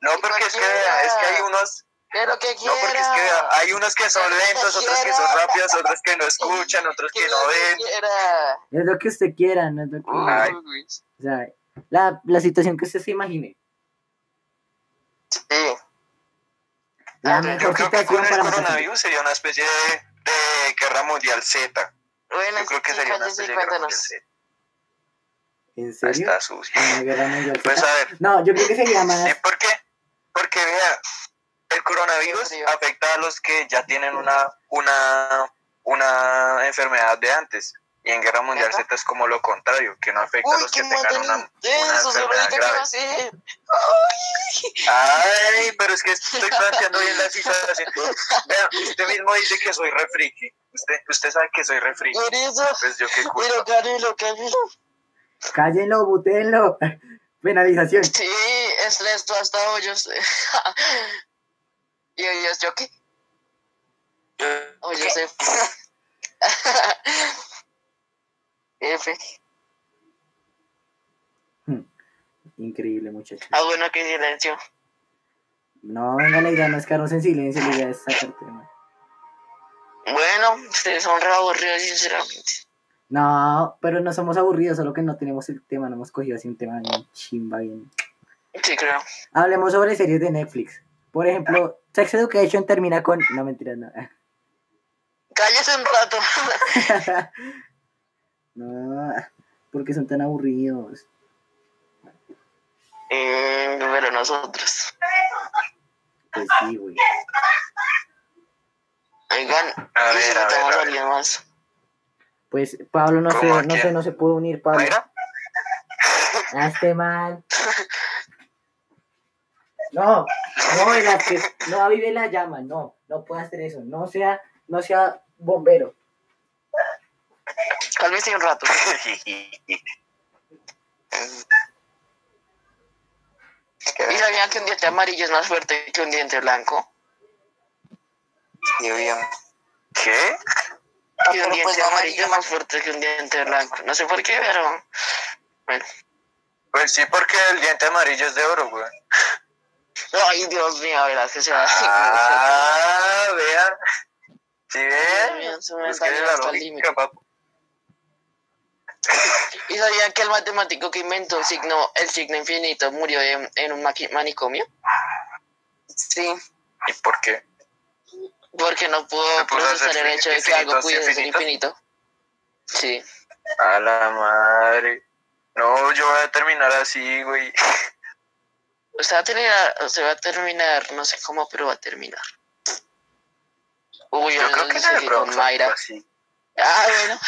[SPEAKER 3] No,
[SPEAKER 1] Y
[SPEAKER 3] porque es que,
[SPEAKER 1] cualquiera.
[SPEAKER 3] es que hay unos
[SPEAKER 1] De lo que
[SPEAKER 3] No,
[SPEAKER 1] quiera.
[SPEAKER 3] porque es que ah, hay unos que son lentos, otros que son rápidos, otros que no escuchan, otros que
[SPEAKER 1] Que
[SPEAKER 3] no
[SPEAKER 1] lo que
[SPEAKER 3] ven.
[SPEAKER 1] quiera.
[SPEAKER 2] Es lo que usted quiera, no es lo que...
[SPEAKER 3] Ay.
[SPEAKER 1] Uy,
[SPEAKER 2] O sea, la, la situación que usted se imagine.
[SPEAKER 1] Sí.
[SPEAKER 2] La
[SPEAKER 1] Yo
[SPEAKER 2] mejor
[SPEAKER 3] Yo Ah, creo que con
[SPEAKER 2] situación
[SPEAKER 3] el
[SPEAKER 2] para nosotros.
[SPEAKER 3] coronavirus sería una especie de, de guerra mundial Z.
[SPEAKER 1] Bueno,
[SPEAKER 3] Yo creo que
[SPEAKER 1] sí,
[SPEAKER 3] sería una
[SPEAKER 1] cállese y
[SPEAKER 3] especie de guerra mundial
[SPEAKER 1] cuéntanos.
[SPEAKER 3] Z.
[SPEAKER 2] ¿En
[SPEAKER 3] Ah,
[SPEAKER 2] serio?
[SPEAKER 3] Está sucio.
[SPEAKER 2] Una guerra mundial.
[SPEAKER 3] Pues a ver,
[SPEAKER 2] No, yo creo que sería
[SPEAKER 3] ¿y
[SPEAKER 2] más...
[SPEAKER 3] por qué? Porque vea, el coronavirus
[SPEAKER 1] Frío.
[SPEAKER 3] afecta a los que ya tienen una, una, una enfermedad de antes. Y en guerra mundial
[SPEAKER 1] Ajá.
[SPEAKER 3] Z es como lo contrario, que no afecta a
[SPEAKER 1] Uy,
[SPEAKER 3] los que
[SPEAKER 1] qué
[SPEAKER 3] tengan una...
[SPEAKER 1] matan. Eso,
[SPEAKER 3] enfermedad
[SPEAKER 1] sobradita, ¿qué
[SPEAKER 3] grave.
[SPEAKER 1] va a hacer?
[SPEAKER 3] Ay, pero es que estoy planteando bien la situación. Vea, usted mismo dice que soy re friki. Usted, usted sabe que soy re friki.
[SPEAKER 1] Por eso.
[SPEAKER 3] Pues yo qué
[SPEAKER 1] Pero
[SPEAKER 3] culpa.
[SPEAKER 1] Camilo, Camilo.
[SPEAKER 2] Cállenlo, butenlo. Penalización.
[SPEAKER 1] Sí, es esto hasta hoyos. y ellos, ¿yo qué? Oye, se F.
[SPEAKER 2] Increíble, muchachos.
[SPEAKER 1] Ah, bueno, qué silencio.
[SPEAKER 2] No, venga, la idea no es quedarnos en silencio, la idea es sacar tema.
[SPEAKER 1] Bueno, ustedes son re aburridos, sinceramente.
[SPEAKER 2] No, pero no somos aburridos, solo que no tenemos el tema, no hemos cogido así un tema bien chimba, bien.
[SPEAKER 1] Sí, creo.
[SPEAKER 2] Hablemos sobre series de Netflix. Por ejemplo, Sex Education termina con... No, mentiras, no.
[SPEAKER 1] Cállese un rato.
[SPEAKER 2] no, porque son tan aburridos.
[SPEAKER 1] Eh, pero nosotros.
[SPEAKER 2] Pues sí, güey.
[SPEAKER 1] Oigan,
[SPEAKER 3] A ver, a ver,
[SPEAKER 1] necesitamos
[SPEAKER 3] a
[SPEAKER 1] a
[SPEAKER 3] ver.
[SPEAKER 1] alguien más.
[SPEAKER 2] Pues Pablo no sé,
[SPEAKER 3] ¿Cómo a
[SPEAKER 2] no sé,
[SPEAKER 3] quién?
[SPEAKER 2] no se pudo unir, Pablo.
[SPEAKER 3] ¿Mayra?
[SPEAKER 2] Hazte mal. No, no, en las que no vive la llama, no, no puede hacer eso, no sea, no sea bombero.
[SPEAKER 1] Cálmese un rato. ¿Y sabían que un diente amarillo es más fuerte que un diente blanco?
[SPEAKER 3] ¿Qué?
[SPEAKER 1] Y un diente amarillo es más fuerte que un diente blanco. No sé por qué, pero.
[SPEAKER 3] Pues sí, porque el diente amarillo es de oro, güey.
[SPEAKER 1] Ay, Dios mío, verás que se va a
[SPEAKER 3] Ah, vean. ¿Sí ven?
[SPEAKER 1] Bien, su
[SPEAKER 3] Es Pues que
[SPEAKER 1] mentalidad
[SPEAKER 3] la
[SPEAKER 1] está al límite.
[SPEAKER 3] lógica, papu.
[SPEAKER 1] ¿Y sabían que el matemático que inventó el signo, el signo infinito murió en, en un maqui- manicomio?
[SPEAKER 4] Sí.
[SPEAKER 3] ¿Y por qué?
[SPEAKER 1] Porque no
[SPEAKER 3] ¿Se
[SPEAKER 1] pudo
[SPEAKER 3] pudo hacer
[SPEAKER 1] procesar el
[SPEAKER 3] fin-
[SPEAKER 1] hecho de que
[SPEAKER 3] infinitos
[SPEAKER 1] algo pudiera ser
[SPEAKER 3] infinitos?
[SPEAKER 1] infinito. Sí.
[SPEAKER 3] A la madre. No, yo voy a terminar así, güey.
[SPEAKER 1] O sea, va a terminar- se va a terminar, no sé cómo, pero va a terminar. Uy,
[SPEAKER 3] Yo creo que
[SPEAKER 1] no
[SPEAKER 3] es el
[SPEAKER 1] sé con
[SPEAKER 3] Bronx, algo
[SPEAKER 1] Mayra.
[SPEAKER 3] así.
[SPEAKER 1] Ah, bueno.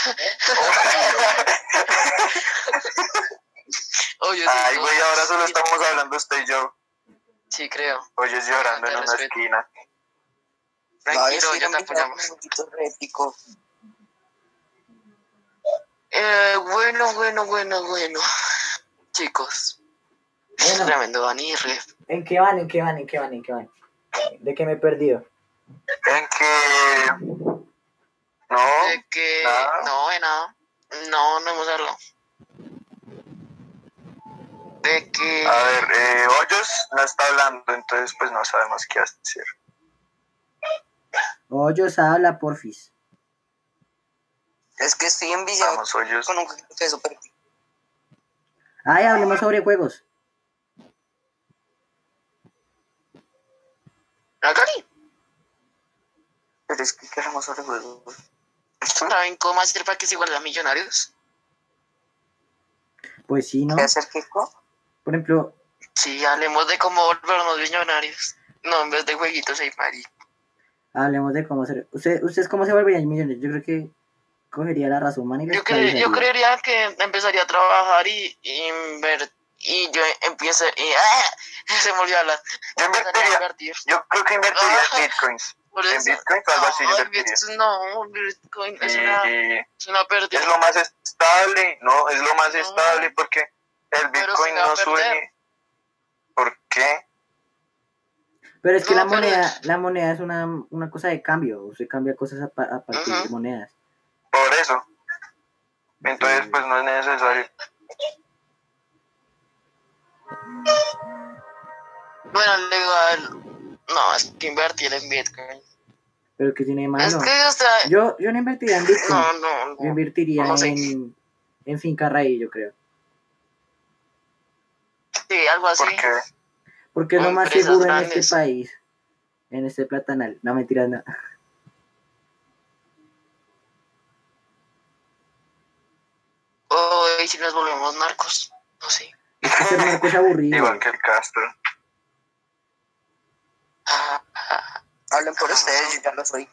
[SPEAKER 1] Oye, sí,
[SPEAKER 3] Ay,
[SPEAKER 1] tú-
[SPEAKER 3] güey, ahora solo estamos hablando usted y yo.
[SPEAKER 1] Sí, creo.
[SPEAKER 3] Oye, es llorando en
[SPEAKER 1] Falta de
[SPEAKER 3] una
[SPEAKER 1] respeto.
[SPEAKER 3] esquina.
[SPEAKER 1] Tranquilo, ya te apoyamos.
[SPEAKER 4] rético.
[SPEAKER 1] Eh, bueno, bueno, bueno, bueno. Chicos,
[SPEAKER 2] Bueno,
[SPEAKER 1] tremendo banirre.
[SPEAKER 2] ¿en qué van, en qué van, en qué van, en qué van? ¿De qué me he perdido?
[SPEAKER 3] En que. No.
[SPEAKER 1] De que
[SPEAKER 3] Nada.
[SPEAKER 1] no, de nada. No, no hemos hablado. De que
[SPEAKER 3] A ver, eh, Hoyos no está hablando, entonces pues no sabemos qué hacer.
[SPEAKER 2] Hoyos habla, porfis.
[SPEAKER 4] Es que estoy enviciado
[SPEAKER 3] Vamos, Hoyos.
[SPEAKER 4] con un juego de super.
[SPEAKER 2] Ay, hablemos sobre juegos.
[SPEAKER 1] Nagari
[SPEAKER 4] Pero es que queremos sobre juegos.
[SPEAKER 1] ¿saben cómo hacer para que se igualen a millonarios?
[SPEAKER 2] Pues sí, ¿no?
[SPEAKER 4] ¿Qué hacer, Kiko?
[SPEAKER 2] Por ejemplo,
[SPEAKER 1] Sí, hablemos de cómo volvernos millonarios. No, en vez de jueguitos ahí, Mari.
[SPEAKER 2] hablemos de cómo hacer. ¿Usted, ¿Ustedes cómo se volverían millones? Yo creo que cogería la razón, man. y la
[SPEAKER 1] Yo, cre- yo
[SPEAKER 2] esclavizaría.
[SPEAKER 1] creería que empezaría a trabajar y, y invertir. Y yo empiece. Y, ¡ah! Se me olvidó hablar.
[SPEAKER 3] Yo
[SPEAKER 1] Empezaría a
[SPEAKER 3] invertiría,
[SPEAKER 1] invertir.
[SPEAKER 3] yo creo que invertiría
[SPEAKER 1] Ah.
[SPEAKER 3] en bitcoins.
[SPEAKER 1] Por
[SPEAKER 3] En
[SPEAKER 1] eso.
[SPEAKER 3] bitcoins o algo así
[SPEAKER 1] No, el
[SPEAKER 3] invertiría.
[SPEAKER 1] Bitcoin, no, Bitcoin es
[SPEAKER 3] Y,
[SPEAKER 1] una,
[SPEAKER 3] y
[SPEAKER 1] es una pérdida.
[SPEAKER 3] es lo más estable, ¿no? Es lo más
[SPEAKER 1] No.
[SPEAKER 3] estable porque el
[SPEAKER 1] Pero
[SPEAKER 3] bitcoin
[SPEAKER 1] se la va
[SPEAKER 3] no
[SPEAKER 1] a perder.
[SPEAKER 3] sube. ni- ¿Por qué?
[SPEAKER 2] Pero es que la
[SPEAKER 1] No, pero-
[SPEAKER 2] moneda, la moneda es una, una cosa de cambio. Usted cambia cosas a, pa- a partir
[SPEAKER 1] Ajá.
[SPEAKER 2] de monedas.
[SPEAKER 3] Por eso. Entonces
[SPEAKER 2] Sí.
[SPEAKER 3] pues no es necesario.
[SPEAKER 1] Bueno, legal. No, es que invertir en Bitcoin.
[SPEAKER 2] Pero que tiene de
[SPEAKER 1] Es
[SPEAKER 2] malo.
[SPEAKER 1] que, o sea,
[SPEAKER 2] Yo, yo no invertiría en Bitcoin.
[SPEAKER 1] no, no,
[SPEAKER 2] Yo
[SPEAKER 1] no.
[SPEAKER 2] invertiría
[SPEAKER 1] No sé.
[SPEAKER 2] en, en finca raíz, yo creo.
[SPEAKER 1] Sí, algo así.
[SPEAKER 3] Porque
[SPEAKER 2] Porque es lo
[SPEAKER 1] O
[SPEAKER 2] más
[SPEAKER 1] empresas
[SPEAKER 2] seguro en
[SPEAKER 1] grandes.
[SPEAKER 2] este país. En este platanal. No, mentiras, no.
[SPEAKER 1] O y si nos volvemos narcos. No sé.
[SPEAKER 2] Es que ser narco es aburrido.
[SPEAKER 3] igual que el Castro.
[SPEAKER 1] Ah,
[SPEAKER 4] Hablen por ustedes, yo ya lo soy.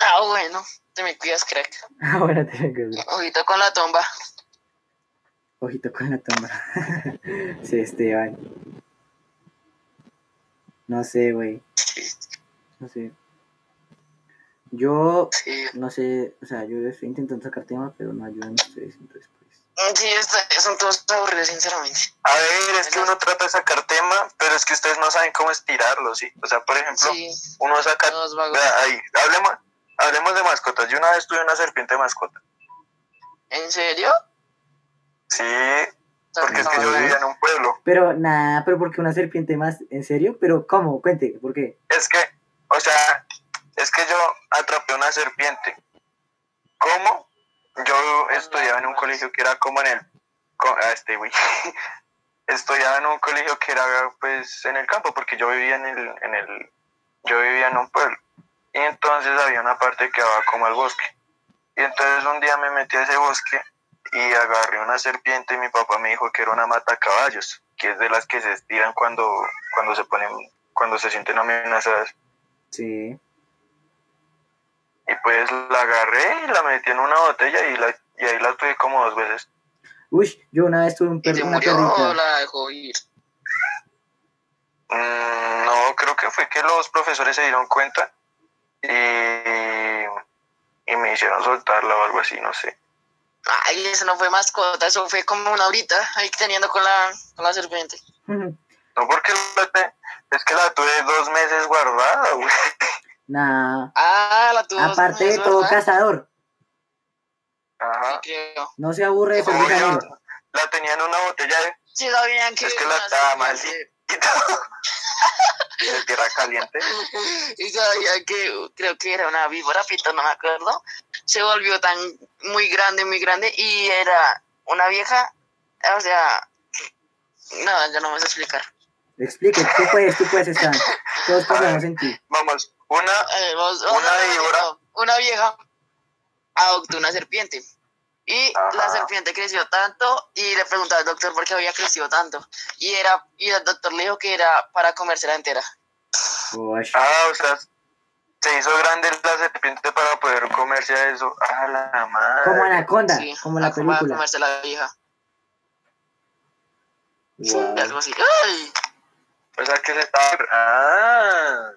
[SPEAKER 1] ah, bueno. Te me cuidas, crack.
[SPEAKER 2] Ahora tengo Ah, que ver.
[SPEAKER 1] Ojito con la tumba.
[SPEAKER 2] Ojito con la tumba. sí, Esteban. No sé, güey.
[SPEAKER 1] Sí,
[SPEAKER 2] No sé. Yo
[SPEAKER 1] sí.
[SPEAKER 2] no sé, o sea, yo estoy intentando sacar temas, pero no ayudan ustedes, entonces pues.
[SPEAKER 1] Sí, este- son todos aburridos, sinceramente.
[SPEAKER 3] A ver, es que uno trata de sacar tema, pero es que ustedes no saben cómo estirarlo, ¿sí? O sea, por ejemplo,
[SPEAKER 1] Sí,
[SPEAKER 3] uno saca...
[SPEAKER 1] todos vagos.
[SPEAKER 3] Vea, ahí, hablemos, hablemos de mascotas. Yo una vez tuve una serpiente de mascota.
[SPEAKER 1] ¿En serio? Ah.
[SPEAKER 3] Sí, porque es que
[SPEAKER 2] No.
[SPEAKER 3] yo vivía en un pueblo.
[SPEAKER 2] Pero nada, pero porque una serpiente más, ¿en serio? Pero ¿cómo? Cuente, ¿por qué?
[SPEAKER 3] Es que, o sea, es que yo atrapé una serpiente. ¿Cómo? Yo estudiaba en un colegio que era como en el... co- ah, este, güey. estudiaba en un colegio que era, pues, en el campo, porque yo vivía en el... En el yo vivía en un pueblo. Y entonces había una parte que daba como al bosque. Y entonces un día me metí a ese bosque y agarré una serpiente y mi papá me dijo que era una mata caballos, que es de las que se estiran cuando, cuando se ponen cuando se sienten amenazadas.
[SPEAKER 2] Sí.
[SPEAKER 3] Y pues la agarré y la metí en una botella y, la, y ahí la tuve como dos veces.
[SPEAKER 2] Uy, yo una vez tuve un
[SPEAKER 1] ¿Y
[SPEAKER 2] perro,
[SPEAKER 1] se
[SPEAKER 2] una
[SPEAKER 1] murió o
[SPEAKER 2] perrita.
[SPEAKER 1] la dejó ir?
[SPEAKER 3] Mm, no, creo que fue que los profesores se dieron cuenta y, y me hicieron soltarla o algo así, no sé.
[SPEAKER 1] Ay, eso no fue mascota, eso fue como una horita ahí teniendo con la, con la serpiente.
[SPEAKER 3] No porque la te- es que la tuve dos meses guardada, güey.
[SPEAKER 2] Nah.
[SPEAKER 1] Ah, la tuvo.
[SPEAKER 2] Aparte de todo cazador,
[SPEAKER 3] Ajá.
[SPEAKER 1] Creo.
[SPEAKER 2] no se aburre de ser
[SPEAKER 1] Obvio.
[SPEAKER 2] cazador.
[SPEAKER 3] Obvio, la tenía en una botella de
[SPEAKER 1] Sí, sabían que.
[SPEAKER 3] Es que
[SPEAKER 1] iba
[SPEAKER 3] la
[SPEAKER 1] a
[SPEAKER 3] estaba
[SPEAKER 1] ser-
[SPEAKER 3] maldita. de tierra caliente.
[SPEAKER 1] Y sabían que creo que era una víbora, pito, no me acuerdo. Se volvió tan muy grande, muy grande. Y era una vieja. O sea. No, ya no me sé explicar.
[SPEAKER 2] Explique, tú puedes, tú puedes, Stan. Todos confiamos en ti.
[SPEAKER 3] Vamos, una
[SPEAKER 1] A ver, Eh, vamos- vamos
[SPEAKER 3] Una
[SPEAKER 1] a ver,
[SPEAKER 3] víbora.
[SPEAKER 1] no, Una vieja adoptó una serpiente. Y la
[SPEAKER 3] Ajá.
[SPEAKER 1] serpiente creció tanto y le preguntaba al doctor por qué había crecido tanto. Y era y el doctor le dijo que era para comérsela entera.
[SPEAKER 2] Gosh.
[SPEAKER 3] Ah, o sea, se hizo grande la serpiente para poder comerse a eso. A la madre.
[SPEAKER 2] Como Anaconda,
[SPEAKER 1] Sí,
[SPEAKER 2] como la
[SPEAKER 1] ah, para
[SPEAKER 2] película.
[SPEAKER 1] comerse la vieja.
[SPEAKER 2] Wow.
[SPEAKER 1] Y algo así. ¡Ay!
[SPEAKER 3] O sea, que se estaba. Ah.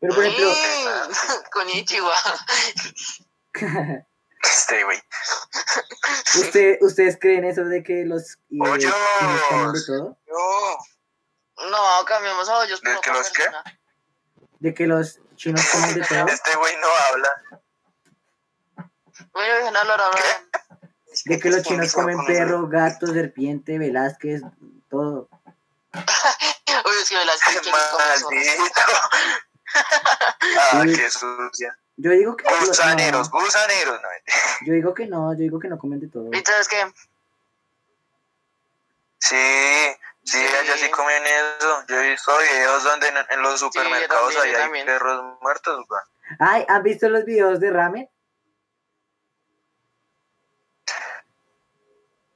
[SPEAKER 2] Pero por ejemplo,
[SPEAKER 1] Con Ichiwa.
[SPEAKER 3] Este, güey.
[SPEAKER 2] ¿usted, ¿ustedes creen eso de que los eh,
[SPEAKER 3] Oye.
[SPEAKER 2] chinos comen de todo?
[SPEAKER 3] No.
[SPEAKER 1] No, cambiamos a hoyos.
[SPEAKER 3] ¿De
[SPEAKER 1] por
[SPEAKER 3] que
[SPEAKER 1] otra
[SPEAKER 3] los qué?
[SPEAKER 1] persona.
[SPEAKER 2] ¿De que los chinos comen de todo?
[SPEAKER 3] Este güey no habla.
[SPEAKER 1] Voy a dejar hablar ahora.
[SPEAKER 2] ¿De que
[SPEAKER 3] Este
[SPEAKER 2] los chinos comen perro, gato, serpiente, Velázquez, todo?
[SPEAKER 1] Uy, es que me las pinches
[SPEAKER 3] Maldito. Ah,
[SPEAKER 2] Sí.
[SPEAKER 3] qué sucia.
[SPEAKER 2] Yo digo que no,
[SPEAKER 3] Gusaneros, gusaneros. No,
[SPEAKER 2] yo digo que no, yo digo que no comen de todo.
[SPEAKER 1] Entonces, ¿qué?
[SPEAKER 3] sí, sí,
[SPEAKER 1] Sí.
[SPEAKER 3] allá sí comen eso. Yo he visto videos donde en, en los supermercados
[SPEAKER 1] también, yo
[SPEAKER 3] allá hay
[SPEAKER 1] también.
[SPEAKER 3] perros muertos, güey.
[SPEAKER 2] Ay, ¿han visto los videos de ramen?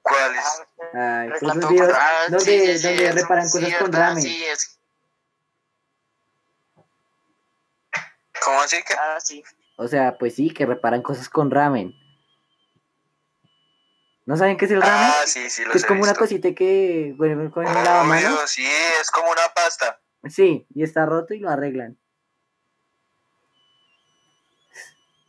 [SPEAKER 3] ¿Cuáles?
[SPEAKER 2] Ay,
[SPEAKER 1] Pero
[SPEAKER 2] esos
[SPEAKER 1] tampoco
[SPEAKER 2] videos
[SPEAKER 1] para-
[SPEAKER 2] donde,
[SPEAKER 1] Ah, sí, sí, sí,
[SPEAKER 2] donde
[SPEAKER 1] es-
[SPEAKER 2] reparan
[SPEAKER 1] sí,
[SPEAKER 2] cosas
[SPEAKER 1] es
[SPEAKER 2] con
[SPEAKER 1] verdad,
[SPEAKER 2] ramen.
[SPEAKER 1] Sí, es,
[SPEAKER 3] ¿Cómo así que?
[SPEAKER 1] ah, sí.
[SPEAKER 2] O sea, pues sí, que reparan cosas con ramen. ¿No saben qué es el ramen?
[SPEAKER 3] Ah, sí, sí, los
[SPEAKER 2] Que es
[SPEAKER 3] he
[SPEAKER 2] como una
[SPEAKER 3] visto. Oh,
[SPEAKER 2] cosita que, bueno, con un
[SPEAKER 3] Obvio,
[SPEAKER 2] lavamanos.
[SPEAKER 3] Ah, sí, es como una pasta.
[SPEAKER 2] Sí, y está roto y lo arreglan.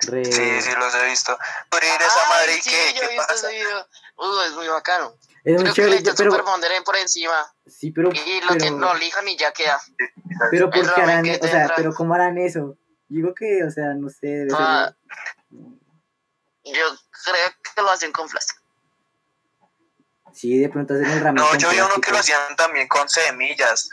[SPEAKER 2] Re-
[SPEAKER 3] Sí, sí, los he visto. Abrir
[SPEAKER 1] Ay,
[SPEAKER 3] esa madre y
[SPEAKER 1] Ah, sí,
[SPEAKER 3] qué,
[SPEAKER 1] yo he
[SPEAKER 3] qué
[SPEAKER 1] visto ese
[SPEAKER 3] pasa.
[SPEAKER 1] video. Uh, es muy bacano.
[SPEAKER 2] Es muy
[SPEAKER 1] Creo que le
[SPEAKER 2] chévere,
[SPEAKER 1] echan
[SPEAKER 2] pero,
[SPEAKER 1] superponder por encima
[SPEAKER 2] sí, pero,
[SPEAKER 1] y lo,
[SPEAKER 2] pero,
[SPEAKER 1] tien- lo lijan y ya queda.
[SPEAKER 2] pero
[SPEAKER 1] el
[SPEAKER 2] ¿por qué
[SPEAKER 1] ramen
[SPEAKER 2] harán,
[SPEAKER 1] que
[SPEAKER 2] o
[SPEAKER 1] te
[SPEAKER 2] sea,
[SPEAKER 1] entran.
[SPEAKER 2] pero cómo harán eso? Digo que, o sea, no sé, debe ser-
[SPEAKER 1] Ah. Yo creo que lo hacen con plástico.
[SPEAKER 2] sí, de pronto hacen el ramen
[SPEAKER 3] No,
[SPEAKER 2] con
[SPEAKER 3] yo vi uno que
[SPEAKER 2] plástico.
[SPEAKER 3] lo hacían también con semillas.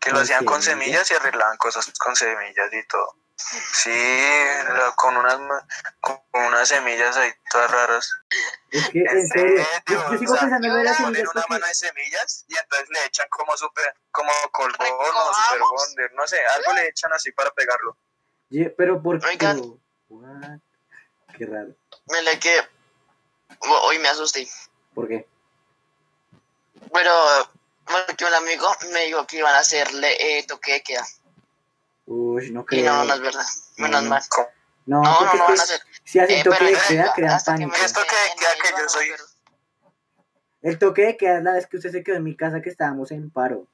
[SPEAKER 3] que lo
[SPEAKER 2] ¿Con
[SPEAKER 3] hacían con
[SPEAKER 2] semillas?
[SPEAKER 3] semillas y arreglaban cosas con semillas y todo. Sí, la- con unas ma- con unas semillas ahí todas raras. Este, eh,
[SPEAKER 2] Es que, en serio, yo, yo sigo
[SPEAKER 3] o sea,
[SPEAKER 2] pensando en lo de las
[SPEAKER 3] ponen
[SPEAKER 2] semillas
[SPEAKER 3] una
[SPEAKER 2] porque-
[SPEAKER 3] mano de semillas y entonces le echan como super, como colbón o
[SPEAKER 1] Recojamos.
[SPEAKER 3] super bonder, no sé, algo le echan así para pegarlo.
[SPEAKER 2] Ye- pero por qué?
[SPEAKER 1] Oigan.
[SPEAKER 2] pero- what? Qué raro.
[SPEAKER 1] Me le que hoy me asusté.
[SPEAKER 2] ¿Por qué?
[SPEAKER 1] Pero porque un amigo me dijo que iban a hacerle eh, toque de queda.
[SPEAKER 2] Uy, no
[SPEAKER 1] Y
[SPEAKER 2] creo.
[SPEAKER 1] no, no es verdad. Menos
[SPEAKER 2] No.
[SPEAKER 1] mal.
[SPEAKER 2] No,
[SPEAKER 1] No, no,
[SPEAKER 2] porque
[SPEAKER 1] no
[SPEAKER 2] es que
[SPEAKER 1] van a hacer.
[SPEAKER 2] si hacen
[SPEAKER 1] Eh,
[SPEAKER 2] toque
[SPEAKER 1] pero
[SPEAKER 2] de
[SPEAKER 1] yo
[SPEAKER 2] queda,
[SPEAKER 1] digo,
[SPEAKER 2] crean
[SPEAKER 1] hasta que me
[SPEAKER 2] pánico.
[SPEAKER 3] Esto que-
[SPEAKER 1] queden
[SPEAKER 3] queda
[SPEAKER 1] ahí,
[SPEAKER 3] que yo
[SPEAKER 1] vamos,
[SPEAKER 3] soy-
[SPEAKER 1] pero-
[SPEAKER 2] El toque de queda es la vez que usted se quedó en mi casa que estábamos en paro.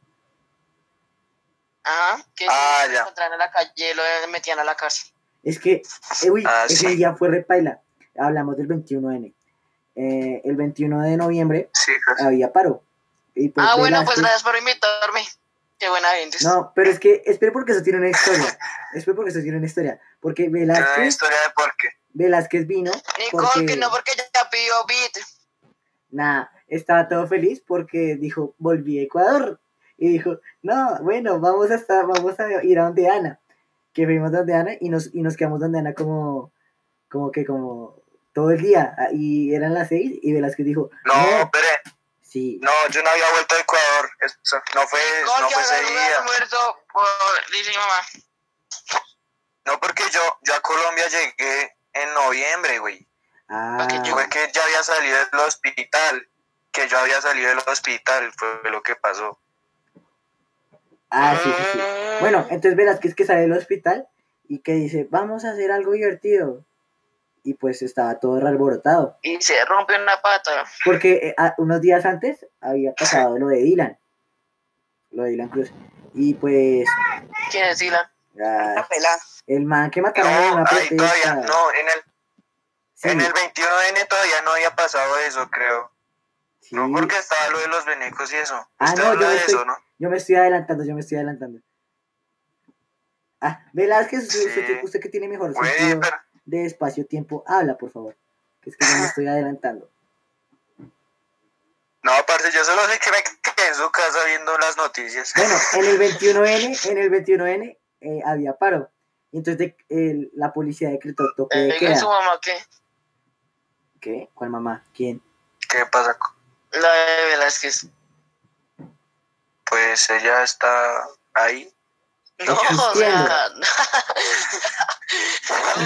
[SPEAKER 1] Ajá, que
[SPEAKER 3] Ah,
[SPEAKER 1] si
[SPEAKER 3] ya.
[SPEAKER 1] lo encontraran en la calle, lo metían a la cárcel.
[SPEAKER 2] Es que, eh, uy,
[SPEAKER 3] Ah,
[SPEAKER 2] ese
[SPEAKER 3] sí.
[SPEAKER 2] día fue repaila. Hablamos del 21N. Eh, el 21 de noviembre
[SPEAKER 3] Sí, pues.
[SPEAKER 2] había paro. Y pues,
[SPEAKER 1] ah,
[SPEAKER 2] de
[SPEAKER 1] bueno,
[SPEAKER 2] las
[SPEAKER 1] pues
[SPEAKER 2] que-
[SPEAKER 1] gracias por invitarme. Qué buena gente.
[SPEAKER 2] No, pero es que, espere porque eso tiene una historia. espere porque eso tiene una historia. Porque
[SPEAKER 3] Tiene
[SPEAKER 1] Ah,
[SPEAKER 3] una
[SPEAKER 2] Velázquez,
[SPEAKER 3] historia de por qué.
[SPEAKER 2] Velázquez vino.
[SPEAKER 1] Nicole,
[SPEAKER 2] Porque,
[SPEAKER 1] que no, porque ya pidió beat.
[SPEAKER 3] Eh,
[SPEAKER 2] nada, estaba todo feliz porque dijo, volví a Ecuador. Y dijo, no, bueno, vamos a, estar, vamos a ir a donde Ana. Que fuimos donde Ana y nos, y nos quedamos donde Ana como, como que como todo el día. Ah, Y eran las seis y Velázquez dijo,
[SPEAKER 3] No,
[SPEAKER 2] no,
[SPEAKER 3] pero
[SPEAKER 2] sí,
[SPEAKER 3] no, yo no había vuelto a Ecuador. Eso, no fue,
[SPEAKER 1] Nicole,
[SPEAKER 3] no pues
[SPEAKER 1] que
[SPEAKER 3] fue ese
[SPEAKER 1] agarró el
[SPEAKER 3] día.
[SPEAKER 1] almuerzo por, dice mi mamá.
[SPEAKER 3] No, porque yo, yo a Colombia llegué en noviembre, güey.
[SPEAKER 2] ah,
[SPEAKER 1] que
[SPEAKER 3] Fue que ya había salido del hospital. Que yo había salido del hospital, fue lo que pasó.
[SPEAKER 2] ah, sí, sí, sí.
[SPEAKER 1] Mm.
[SPEAKER 2] Bueno, entonces Velázquez que sale del hospital y que dice, vamos a hacer algo divertido. Y pues estaba todo alborotado.
[SPEAKER 1] Y se rompe una pata.
[SPEAKER 2] Porque eh, a- unos días antes había pasado lo de Dylan. Lo de Dylan Cruz. Y pues
[SPEAKER 1] ¿Quién es Dylan?
[SPEAKER 2] ah,
[SPEAKER 4] Pelá.
[SPEAKER 2] el man que mataron en
[SPEAKER 3] No,
[SPEAKER 2] una
[SPEAKER 3] ahí todavía,
[SPEAKER 2] Ah, protesta.
[SPEAKER 3] no, en el,
[SPEAKER 2] sí,
[SPEAKER 3] en el 21N todavía no había pasado eso, creo.
[SPEAKER 2] sí.
[SPEAKER 3] No, porque estaba lo de los venecos y eso.
[SPEAKER 2] Ah,
[SPEAKER 3] Usted
[SPEAKER 2] no,
[SPEAKER 3] habla
[SPEAKER 2] yo
[SPEAKER 3] de
[SPEAKER 2] estoy-
[SPEAKER 3] eso, ¿no?
[SPEAKER 2] Yo me estoy adelantando, yo me estoy adelantando. Ah, Velázquez, usted, usted que-
[SPEAKER 3] Sí.
[SPEAKER 2] usted que tiene mejor
[SPEAKER 3] Güey,
[SPEAKER 2] sentido
[SPEAKER 3] pero,
[SPEAKER 2] de espacio-tiempo, habla, por favor. Que es que yo me estoy adelantando.
[SPEAKER 3] no, aparte, yo solo sé que me quedé en su casa viendo las noticias.
[SPEAKER 2] Bueno, en el 21N, en el 21N eh, había paro. Y entonces de- el- la policía decretó toque de
[SPEAKER 1] Eh, ¿Y su
[SPEAKER 2] queda.
[SPEAKER 1] mamá qué?
[SPEAKER 2] ¿Qué? ¿Cuál mamá? ¿Quién?
[SPEAKER 3] ¿Qué pasa?
[SPEAKER 1] La de Velázquez.
[SPEAKER 3] Pues ella está ahí.
[SPEAKER 1] No, o
[SPEAKER 2] Existiendo.
[SPEAKER 1] sea. no,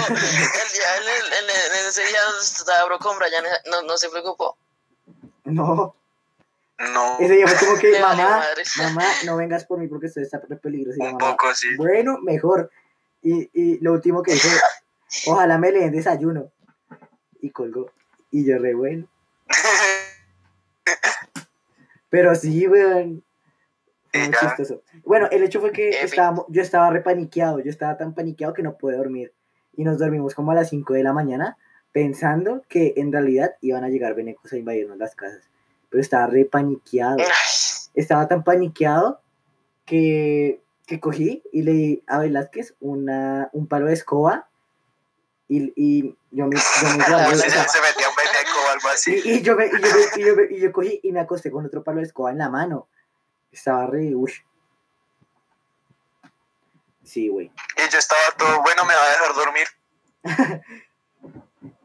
[SPEAKER 1] pues, el día, el, el- el- el- ese día estaba con Brian, no, no se preocupó.
[SPEAKER 2] No,
[SPEAKER 3] No,
[SPEAKER 2] ese día fue como que
[SPEAKER 1] Le valió
[SPEAKER 2] mamá,
[SPEAKER 1] madre".
[SPEAKER 2] mamá, no vengas por mí porque esto está re peligroso. Y la
[SPEAKER 3] un
[SPEAKER 2] mamá,
[SPEAKER 3] poco sí.
[SPEAKER 2] bueno, mejor. Y, y lo último que dijo, ojalá me le den desayuno. Y colgó. Y yo re bueno. Pero sí, weón. Fue
[SPEAKER 3] Y
[SPEAKER 2] muy
[SPEAKER 3] ya.
[SPEAKER 2] chistoso. Bueno, el hecho fue que
[SPEAKER 1] Epic.
[SPEAKER 2] estábamos, yo estaba repaniqueado, yo estaba tan paniqueado que no pude dormir. Y nos dormimos como a las 5 de la mañana pensando que en realidad iban a llegar venecos a invadirnos las casas. Pero estaba repaniqueado. Estaba tan paniqueado que, que cogí y le di a Velázquez una, un palo de escoba y, y yo me, yo me guardé, o
[SPEAKER 3] Pues
[SPEAKER 2] sea,
[SPEAKER 3] ella se metía un veneco o algo así.
[SPEAKER 2] y, y yo me, y yo me- y yo me- y yo cogí y me acosté con otro palo de escoba en la mano. Estaba re. Uy. Sí, güey.
[SPEAKER 3] Y yo estaba todo, bueno, me va a dejar dormir.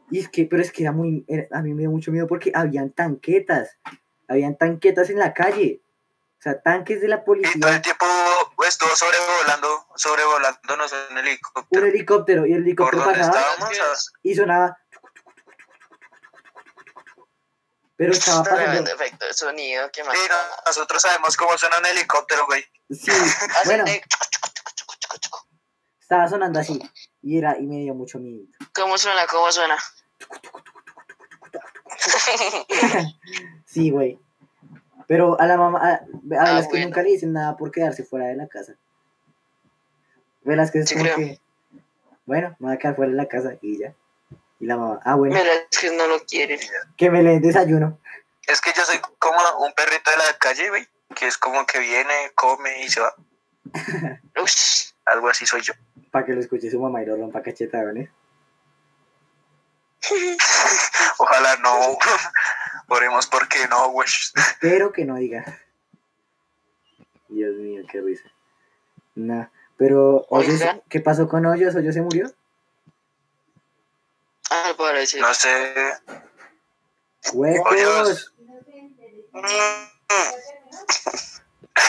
[SPEAKER 2] Y es que, pero es que era muy. era- a mí me dio mucho miedo porque habían tanquetas. Habían tanquetas en la calle. O sea, tanques de la
[SPEAKER 3] Y todo el
[SPEAKER 2] policía.
[SPEAKER 3] tiempo pues, estuvo sobrevolando, sobrevolándonos en
[SPEAKER 2] Un
[SPEAKER 3] helicóptero.
[SPEAKER 2] helicóptero. Y el
[SPEAKER 3] ¿Por
[SPEAKER 2] helicóptero
[SPEAKER 3] dónde
[SPEAKER 2] pasaba
[SPEAKER 3] estábamos? A-
[SPEAKER 2] y sonaba. Pero estaba
[SPEAKER 1] Tremendo
[SPEAKER 2] pasando.
[SPEAKER 1] efecto de sonido, qué más.
[SPEAKER 3] Sí, no, nosotros sabemos cómo suena un helicóptero, güey.
[SPEAKER 2] Sí,
[SPEAKER 1] Así
[SPEAKER 2] bueno,
[SPEAKER 1] de-
[SPEAKER 2] estaba sonando así. Y era, y me dio mucho miedo.
[SPEAKER 1] ¿Cómo suena? ¿Cómo suena?
[SPEAKER 2] Sí, güey. Pero a la mamá, a, a Velázquez
[SPEAKER 1] Ah, bueno.
[SPEAKER 2] nunca le dicen nada por quedarse fuera de la casa. Velázquez es
[SPEAKER 1] Sí,
[SPEAKER 2] como
[SPEAKER 1] creo.
[SPEAKER 2] que, bueno, me voy a quedar fuera de la casa y ya. Y la mamá, ah, bueno,
[SPEAKER 1] Velázquez no lo quiere.
[SPEAKER 2] que me le den desayuno.
[SPEAKER 3] Es que yo soy como un perrito de la calle, güey. Que es como que viene, come y se va.
[SPEAKER 1] Ush.
[SPEAKER 3] Algo así soy yo.
[SPEAKER 2] Para que lo escuche su mamá y lo rompa cachetadones.
[SPEAKER 3] Ojalá no. Oremos porque no, güey.
[SPEAKER 2] Pero que no diga. Dios mío, qué risa. Nah. Pero, Hoyos,
[SPEAKER 1] Oigan.
[SPEAKER 2] ¿qué pasó con Hoyos? ¿Hoyos se murió?
[SPEAKER 1] Al parecer.
[SPEAKER 3] No sé.
[SPEAKER 2] ¡Huecos!
[SPEAKER 3] Hoyos.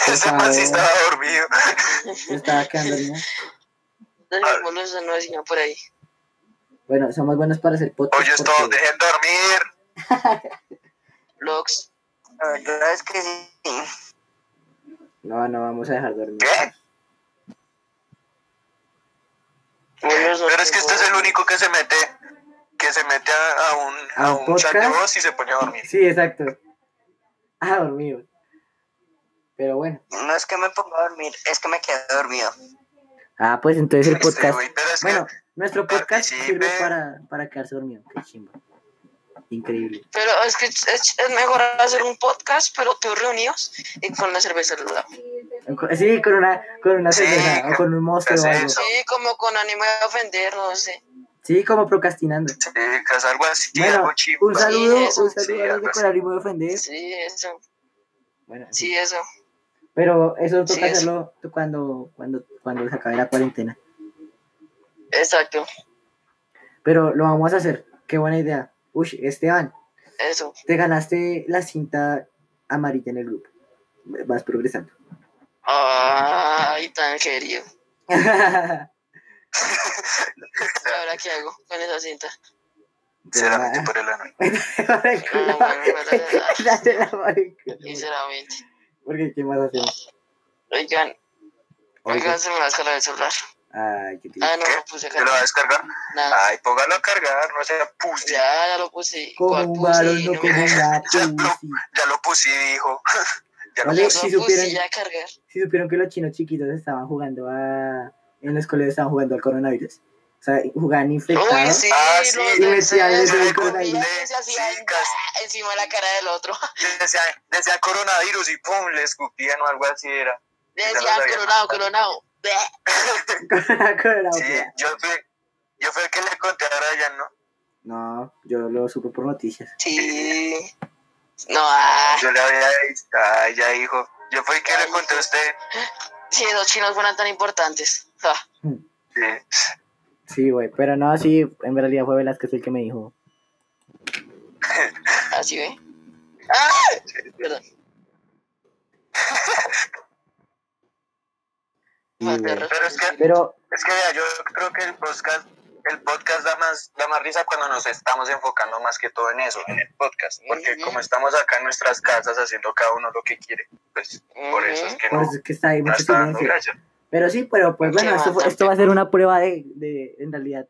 [SPEAKER 3] Ese man sí estaba dormido.
[SPEAKER 2] Estaba quedando dormido.
[SPEAKER 1] Dejémoslo, eso no decía por ahí.
[SPEAKER 2] Bueno, somos buenos para hacer podcast.
[SPEAKER 3] Hoyos todos,
[SPEAKER 2] porque-
[SPEAKER 3] dejen dormir.
[SPEAKER 1] Logs.
[SPEAKER 4] La verdad es que
[SPEAKER 2] Mm.
[SPEAKER 4] sí.
[SPEAKER 2] No, no vamos a dejar dormir.
[SPEAKER 3] ¿Qué?
[SPEAKER 1] Hoyos no
[SPEAKER 3] Pero es que
[SPEAKER 1] tengo-
[SPEAKER 3] este es el único que se mete, que se mete a, a un,
[SPEAKER 2] ¿A
[SPEAKER 3] a
[SPEAKER 2] un
[SPEAKER 3] un chat de
[SPEAKER 2] podcast?
[SPEAKER 3] voz y se pone a dormir.
[SPEAKER 2] Sí, exacto. Ah, dormido. Pero bueno.
[SPEAKER 4] No es que me ponga a dormir, es que me quedé dormido.
[SPEAKER 2] Ah, pues entonces el
[SPEAKER 3] Este,
[SPEAKER 2] podcast.
[SPEAKER 3] güey, pero es que-
[SPEAKER 2] Bueno, nuestro podcast sirve
[SPEAKER 3] participe.
[SPEAKER 2] para, para quedarse dormido. Qué chimba. Increíble.
[SPEAKER 1] Pero es que es, es mejor hacer un podcast, pero todos reunidos y con la cerveza al lado.
[SPEAKER 2] Sí, con una, con una
[SPEAKER 3] Sí,
[SPEAKER 2] cerveza o con un monstruo o
[SPEAKER 3] ¿qué es
[SPEAKER 2] algo.
[SPEAKER 3] eso?
[SPEAKER 1] Sí, como con ánimo de ofender, no sé.
[SPEAKER 2] Sí, como procrastinando.
[SPEAKER 3] Sí, que es algo así,
[SPEAKER 2] Bueno,
[SPEAKER 3] algo chido.
[SPEAKER 2] un saludo,
[SPEAKER 1] Sí, eso,
[SPEAKER 2] un
[SPEAKER 3] sí,
[SPEAKER 2] saludo a los
[SPEAKER 3] algo
[SPEAKER 2] de
[SPEAKER 3] así.
[SPEAKER 2] Colarimo de Ofender.
[SPEAKER 1] Sí, eso.
[SPEAKER 2] Bueno,
[SPEAKER 1] Sí, eso.
[SPEAKER 2] Pero eso
[SPEAKER 1] Sí,
[SPEAKER 2] toca
[SPEAKER 1] eso.
[SPEAKER 2] hacerlo cuando, cuando, cuando se acabe la cuarentena.
[SPEAKER 1] Exacto.
[SPEAKER 2] Pero lo vamos a hacer. Qué buena idea. Uy, Esteban,
[SPEAKER 1] Eso.
[SPEAKER 2] te ganaste la cinta amarilla en el grupo. Vas progresando.
[SPEAKER 1] Ay, tan querido. ¿Y ahora qué hago con esa cinta?
[SPEAKER 3] Se la metí por el ano.
[SPEAKER 2] Por el culo.
[SPEAKER 1] Ah, bueno, no, no, no.
[SPEAKER 2] Dale la por el culo.
[SPEAKER 1] Sinceramente.
[SPEAKER 2] Porque, ¿qué más hacemos?
[SPEAKER 1] Oigan,
[SPEAKER 2] Oiga.
[SPEAKER 1] oigan, se me va a descargar el celular.
[SPEAKER 2] Ay, qué triste.
[SPEAKER 1] Ah, no,
[SPEAKER 3] ¿Qué?
[SPEAKER 1] lo puse a
[SPEAKER 3] ¿Se lo va a
[SPEAKER 1] cargar.
[SPEAKER 3] descargar?
[SPEAKER 1] Nada.
[SPEAKER 3] Ay, póngalo a cargar, no sea pussy. Ya,
[SPEAKER 1] Ya, ya lo puse.
[SPEAKER 2] Como
[SPEAKER 1] ¿Cuál
[SPEAKER 2] un
[SPEAKER 1] puse?
[SPEAKER 2] varón, no
[SPEAKER 1] me-
[SPEAKER 2] como una
[SPEAKER 3] Ya, no.
[SPEAKER 2] pussy.
[SPEAKER 3] lo puse, dijo. ya lo
[SPEAKER 2] Vale.
[SPEAKER 3] puse.
[SPEAKER 1] Lo
[SPEAKER 2] Si supieran-
[SPEAKER 1] puse ya a cargar.
[SPEAKER 2] Si supieron que los chinos chiquitos estaban jugando a... En los colegios estaban jugando al coronavirus. O sea, jugaban infectados.
[SPEAKER 1] Uy, sí,
[SPEAKER 3] Ah, sí.
[SPEAKER 1] lo
[SPEAKER 3] Y
[SPEAKER 1] de-
[SPEAKER 2] metía
[SPEAKER 1] sí,
[SPEAKER 2] el
[SPEAKER 1] sí,
[SPEAKER 2] dedo
[SPEAKER 1] comía
[SPEAKER 2] ahí.
[SPEAKER 1] y se hacía
[SPEAKER 3] Sí, casi.
[SPEAKER 1] encima de la cara del otro.
[SPEAKER 3] Decía, decía coronavirus y pum, le escupían o algo así era.
[SPEAKER 1] Le
[SPEAKER 3] Ya lo
[SPEAKER 1] decían
[SPEAKER 3] sabía.
[SPEAKER 1] coronado, coronado. Bleh.
[SPEAKER 2] Colorado,
[SPEAKER 3] Sí,
[SPEAKER 2] colorado.
[SPEAKER 3] yo fui, yo fui el que le conté a Brian, ¿no?
[SPEAKER 2] No, yo lo supe por noticias.
[SPEAKER 1] Sí. No, ah.
[SPEAKER 3] Yo le había dicho, ay, ya dijo. Yo fui el que
[SPEAKER 1] Ay,
[SPEAKER 3] le conté a usted.
[SPEAKER 1] Sí, los chinos fueran tan importantes. Ja.
[SPEAKER 3] Sí.
[SPEAKER 2] Sí, güey, pero no, sí, en realidad fue Velázquez el que me dijo.
[SPEAKER 1] Así ve. ¡Ah! Perdón.
[SPEAKER 2] Sí,
[SPEAKER 1] Más
[SPEAKER 2] güey.
[SPEAKER 1] perros.
[SPEAKER 3] Pero es que-
[SPEAKER 2] Pero,
[SPEAKER 3] Es que vea, yo creo que el podcast, el podcast da más, da más risa cuando nos estamos enfocando más que todo en eso, en el podcast. Porque
[SPEAKER 1] Ujú.
[SPEAKER 3] como estamos acá en nuestras casas haciendo cada uno lo que quiere, pues por eso es que
[SPEAKER 2] por
[SPEAKER 3] no,
[SPEAKER 2] eso pues, es que está ahí
[SPEAKER 3] no
[SPEAKER 2] mucho
[SPEAKER 3] está dando
[SPEAKER 2] silencio.
[SPEAKER 3] gracia.
[SPEAKER 2] Pero sí, pero pues bueno,
[SPEAKER 1] Qué
[SPEAKER 2] esto, fue-
[SPEAKER 1] bastante.
[SPEAKER 2] esto va a ser una prueba de, de, en realidad,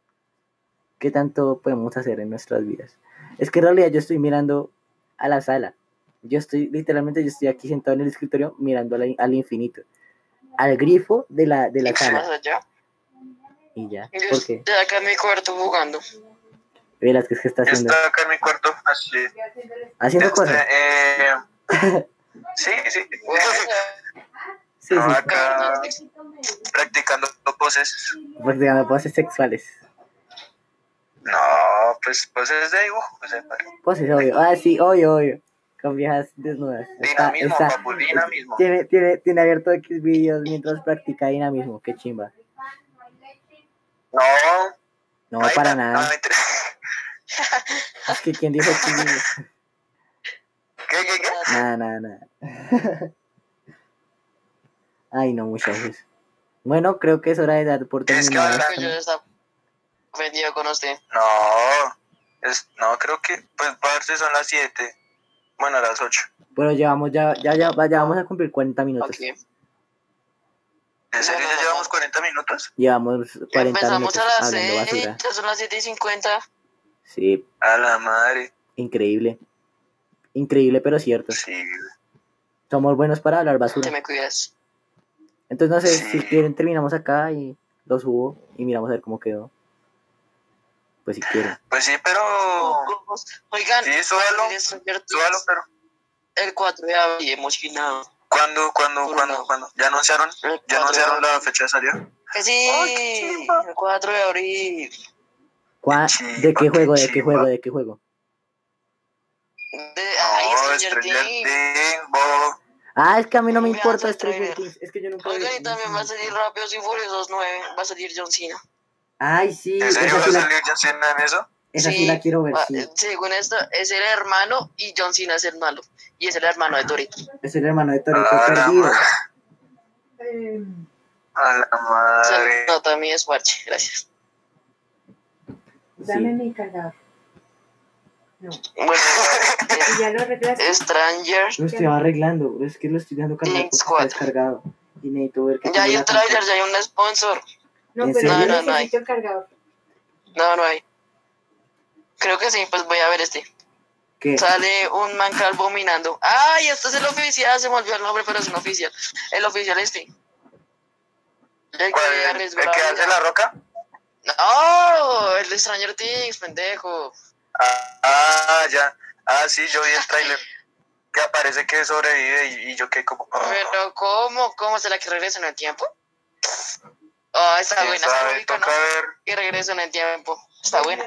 [SPEAKER 2] qué tanto podemos hacer en nuestras vidas. Es que en realidad yo estoy mirando a la sala. Yo estoy, literalmente, yo estoy aquí sentado en el escritorio mirando al, al infinito. Al grifo de la, de la
[SPEAKER 1] ¿Y qué más
[SPEAKER 2] sala.
[SPEAKER 1] allá?
[SPEAKER 2] Y ya,
[SPEAKER 1] Yo
[SPEAKER 2] porque
[SPEAKER 1] estoy acá en mi cuarto jugando.
[SPEAKER 2] Velázquez que está
[SPEAKER 3] Yo
[SPEAKER 2] haciendo,
[SPEAKER 3] estaba acá en mi cuarto así.
[SPEAKER 1] Ah.
[SPEAKER 2] haciendo
[SPEAKER 3] Este,
[SPEAKER 2] cosas.
[SPEAKER 3] eh, sí, sí.
[SPEAKER 1] Bueno,
[SPEAKER 2] Sí,
[SPEAKER 3] No,
[SPEAKER 2] sí.
[SPEAKER 3] acá practicando poses.
[SPEAKER 2] Practicando Pues, poses sexuales.
[SPEAKER 3] No, pues poses de dibujo. Pues, hermano.
[SPEAKER 2] Poses, obvio. Ah, sí, obvio, obvio. Con viejas desnudas. Está-
[SPEAKER 3] dinamismo,
[SPEAKER 2] está-
[SPEAKER 3] papu, dinamismo.
[SPEAKER 2] tiene, tiene, tiene abierto X videos mientras practica dinamismo. Qué chimba.
[SPEAKER 3] No,
[SPEAKER 2] No,
[SPEAKER 3] ahí
[SPEAKER 2] para
[SPEAKER 3] está, no,
[SPEAKER 2] nada.
[SPEAKER 3] mentira.
[SPEAKER 2] Es que quien dijo chimba.
[SPEAKER 3] ¿Qué, qué, qué?
[SPEAKER 2] Nada, nada, nada. Ay, no, muchachos. Bueno, creo que es hora de dar por
[SPEAKER 3] Es que
[SPEAKER 2] terminado.
[SPEAKER 3] ahora-
[SPEAKER 1] que yo ya está ofendido con usted.
[SPEAKER 3] No, es, no, creo que, pues, parce son las 7. Bueno, las 8.
[SPEAKER 2] Bueno, llevamos ya, ya, ya, ya vamos a cumplir 40 minutos.
[SPEAKER 1] Ok.
[SPEAKER 3] ¿En serio
[SPEAKER 1] No,
[SPEAKER 3] ya
[SPEAKER 1] no,
[SPEAKER 3] llevamos
[SPEAKER 1] no.
[SPEAKER 3] 40 minutos?
[SPEAKER 2] Llevamos 40
[SPEAKER 1] Empezamos
[SPEAKER 2] minutos
[SPEAKER 1] a las
[SPEAKER 2] hablando
[SPEAKER 1] 6,
[SPEAKER 2] basura.
[SPEAKER 1] ya son las 7 y 50.
[SPEAKER 2] Sí,
[SPEAKER 3] A la madre.
[SPEAKER 2] increíble. Increíble, pero cierto.
[SPEAKER 3] Sí,
[SPEAKER 2] Somos buenos para hablar basura.
[SPEAKER 1] Te me cuidas.
[SPEAKER 2] Entonces, no sé,
[SPEAKER 3] Sí.
[SPEAKER 2] si quieren, terminamos acá y lo subo y miramos a ver cómo quedó. Pues si quieren.
[SPEAKER 3] pues sí, pero.
[SPEAKER 1] Oigan,
[SPEAKER 3] Sí, súbalo.
[SPEAKER 1] el Stranger
[SPEAKER 3] Súbalo,
[SPEAKER 1] Things,
[SPEAKER 3] pero.
[SPEAKER 1] el 4 de abril, hemos quinado.
[SPEAKER 3] ¿Cuándo, cuándo,
[SPEAKER 1] Uno.
[SPEAKER 3] cuándo, cuándo? ¿Ya anunciaron?
[SPEAKER 1] El
[SPEAKER 3] ¿Ya
[SPEAKER 1] 4 de
[SPEAKER 3] anunciaron
[SPEAKER 1] abril.
[SPEAKER 3] la fecha de salida?
[SPEAKER 1] Que sí,
[SPEAKER 3] Ay, qué chimba.
[SPEAKER 1] el 4 de abril.
[SPEAKER 2] ¿Cuá-
[SPEAKER 3] chimba,
[SPEAKER 2] ¿De qué
[SPEAKER 3] qué
[SPEAKER 2] juego? ¿De qué
[SPEAKER 3] chimba.
[SPEAKER 2] juego? ¿De qué juego?
[SPEAKER 1] De, ay,
[SPEAKER 3] No,
[SPEAKER 1] Stranger
[SPEAKER 3] Stranger
[SPEAKER 1] Things.
[SPEAKER 3] Things, bobo.
[SPEAKER 2] Ah, es que a mí no me
[SPEAKER 1] Vean
[SPEAKER 2] importa
[SPEAKER 1] ese
[SPEAKER 2] Stranger
[SPEAKER 1] tráiler.
[SPEAKER 2] Things. Es que yo nunca.
[SPEAKER 1] Oigan,
[SPEAKER 2] vi-
[SPEAKER 1] y también va a salir Rápidos y Furiosos 9, va a salir John Cena.
[SPEAKER 2] Ay, sí.
[SPEAKER 3] ¿En serio
[SPEAKER 2] Esa
[SPEAKER 3] va
[SPEAKER 2] sí
[SPEAKER 3] a
[SPEAKER 2] la,
[SPEAKER 3] salir John Cena en eso?
[SPEAKER 2] esa sí
[SPEAKER 1] Sí,
[SPEAKER 2] la quiero ver,
[SPEAKER 1] Va-
[SPEAKER 2] sí.
[SPEAKER 1] Ah, Según esto, es el hermano y John Cena es el malo. Y es el hermano de Torito.
[SPEAKER 2] Es el hermano de Torito
[SPEAKER 3] Ah, la
[SPEAKER 2] perdido.
[SPEAKER 3] madre.
[SPEAKER 6] Em,
[SPEAKER 3] A la madre.
[SPEAKER 1] No, también es Parche, gracias.
[SPEAKER 6] Dame
[SPEAKER 2] Sí.
[SPEAKER 6] mi cargador.
[SPEAKER 1] Bueno,
[SPEAKER 6] Y ya lo arreglaste.
[SPEAKER 1] eh, Stranger.
[SPEAKER 2] Lo estoy arreglando, bro, es que lo estoy dando cargado
[SPEAKER 1] Link
[SPEAKER 2] porque está
[SPEAKER 1] Squad.
[SPEAKER 2] descargado. Y necesito ver que
[SPEAKER 1] Ya
[SPEAKER 2] tenga
[SPEAKER 1] hay
[SPEAKER 2] la
[SPEAKER 1] un trailer,
[SPEAKER 2] pantalla.
[SPEAKER 1] ya hay un sponsor.
[SPEAKER 6] No,
[SPEAKER 2] ¿En
[SPEAKER 6] pero
[SPEAKER 2] serio?
[SPEAKER 6] yo
[SPEAKER 1] No, no, no hay.
[SPEAKER 6] necesito el cargador.
[SPEAKER 1] No, no hay. Creo que sí, pues voy a ver este.
[SPEAKER 2] ¿Qué?
[SPEAKER 1] Sale un man calvo minando. ¡Ay, este es el oficial! Se me olvidó el nombre, pero es un oficial. El oficial este.
[SPEAKER 3] ¿Cuál?
[SPEAKER 1] El que
[SPEAKER 3] ¿El
[SPEAKER 1] arriesgó
[SPEAKER 3] que
[SPEAKER 1] la
[SPEAKER 3] hace
[SPEAKER 1] vida.
[SPEAKER 3] la roca?
[SPEAKER 1] ¡No! El de Stranger Things, pendejo.
[SPEAKER 3] Ah, ah, ya. Ah, sí, yo vi el tráiler. Que aparece que sobrevive y, y yo quedé como... ah,
[SPEAKER 1] Pero, ¿cómo? ¿Cómo será que regresa en el tiempo? Ah, está
[SPEAKER 3] quién
[SPEAKER 1] buena. Está
[SPEAKER 3] sabe,
[SPEAKER 1] rico, ¿no?
[SPEAKER 3] toca ver.
[SPEAKER 1] Que regresa en el tiempo. Está buena.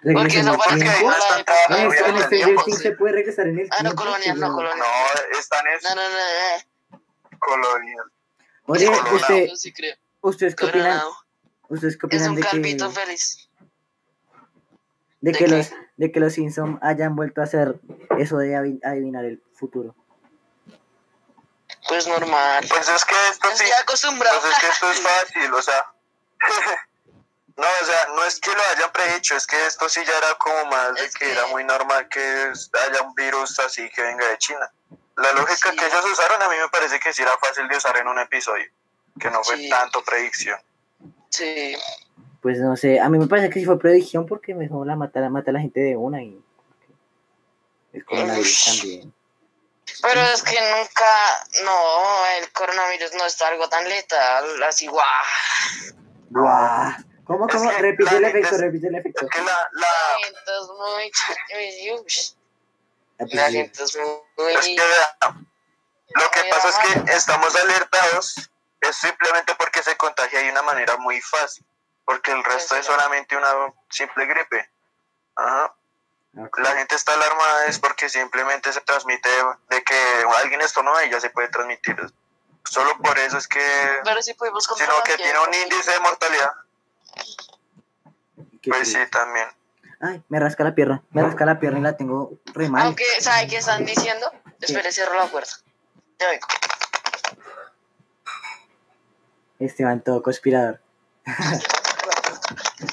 [SPEAKER 1] Porque
[SPEAKER 2] ¿Regresa en
[SPEAKER 1] esa
[SPEAKER 2] el
[SPEAKER 1] parte que
[SPEAKER 3] ahí
[SPEAKER 2] tiempo?
[SPEAKER 1] no
[SPEAKER 3] no están
[SPEAKER 1] la
[SPEAKER 2] No,
[SPEAKER 3] trabajando
[SPEAKER 1] no,
[SPEAKER 2] es que
[SPEAKER 3] bien
[SPEAKER 2] en
[SPEAKER 3] los
[SPEAKER 1] no,
[SPEAKER 2] este
[SPEAKER 3] tiempos.
[SPEAKER 2] Thing se puede regresar en el
[SPEAKER 1] Ah, no,
[SPEAKER 2] tiempo.
[SPEAKER 1] colonial, no,
[SPEAKER 2] pero-
[SPEAKER 1] colonial.
[SPEAKER 3] No, están en
[SPEAKER 1] no, no, no.
[SPEAKER 3] Colonia.
[SPEAKER 2] Oye,
[SPEAKER 3] Colorado.
[SPEAKER 2] usted,
[SPEAKER 1] Yo sí creo.
[SPEAKER 2] ¿ustedes qué opinan?
[SPEAKER 1] Colorado.
[SPEAKER 2] ¿Ustedes qué
[SPEAKER 1] Es
[SPEAKER 2] opinan
[SPEAKER 1] un
[SPEAKER 2] de que,
[SPEAKER 1] calvito feliz.
[SPEAKER 2] de
[SPEAKER 1] ¿De
[SPEAKER 2] que
[SPEAKER 1] qué?
[SPEAKER 2] los, de que los Simpsons hayan vuelto a hacer eso de avi- adivinar el futuro?
[SPEAKER 1] Pues normal.
[SPEAKER 3] Pues es que esto sí,
[SPEAKER 1] Estoy acostumbrado.
[SPEAKER 3] pues es que esto es fácil, o sea. No, o sea, no es que lo hayan predicho, es que esto sí ya era como más de
[SPEAKER 1] Es
[SPEAKER 3] que
[SPEAKER 1] que-
[SPEAKER 3] era muy normal que es- haya un virus así que venga de China. La lógica
[SPEAKER 1] Sí.
[SPEAKER 3] que ellos usaron a mí me parece que sí era fácil de usar en un episodio, que no fue
[SPEAKER 1] Sí.
[SPEAKER 3] tanto predicción.
[SPEAKER 1] Sí.
[SPEAKER 2] Pues no sé, a mí me parece que sí fue predicción porque mejor la mata, la mata a la gente de una y. El coronavirus también.
[SPEAKER 1] Pero es que nunca, no, el coronavirus no es algo tan letal, así guau.
[SPEAKER 3] Ah.
[SPEAKER 2] ¡Buah! ¿Cómo,
[SPEAKER 3] Es
[SPEAKER 2] cómo?
[SPEAKER 3] que
[SPEAKER 2] Repite
[SPEAKER 3] la
[SPEAKER 2] el
[SPEAKER 3] gente
[SPEAKER 2] efecto,
[SPEAKER 3] es-
[SPEAKER 2] repite el
[SPEAKER 3] Es
[SPEAKER 2] efecto.
[SPEAKER 3] que la, la,
[SPEAKER 1] Entonces, muy, ch-
[SPEAKER 2] Ah,
[SPEAKER 1] la
[SPEAKER 2] pues sí.
[SPEAKER 1] gente es muy...
[SPEAKER 3] es que vea, lo que
[SPEAKER 1] Muy
[SPEAKER 3] pasa es
[SPEAKER 1] dramático.
[SPEAKER 3] que estamos alertados, es simplemente porque se contagia de una manera muy fácil, porque el resto es
[SPEAKER 1] sí.
[SPEAKER 3] solamente una simple gripe. Ajá.
[SPEAKER 2] Ah, Ok.
[SPEAKER 3] la gente está alarmada es porque simplemente se transmite de que alguien estornuda y ya se puede transmitir. Solo por eso es que,
[SPEAKER 1] Pero sí pudimos comprar
[SPEAKER 3] sino que tiene un índice de mortalidad.
[SPEAKER 2] Qué
[SPEAKER 3] pues
[SPEAKER 2] triste.
[SPEAKER 3] sí, también.
[SPEAKER 2] Ay, me rasca la pierna, me rasca la pierna y la tengo re mal.
[SPEAKER 1] Aunque, ¿sabe qué están diciendo? Espere, cierro la puerta. Ya vengo.
[SPEAKER 2] Esteban, todo conspirador.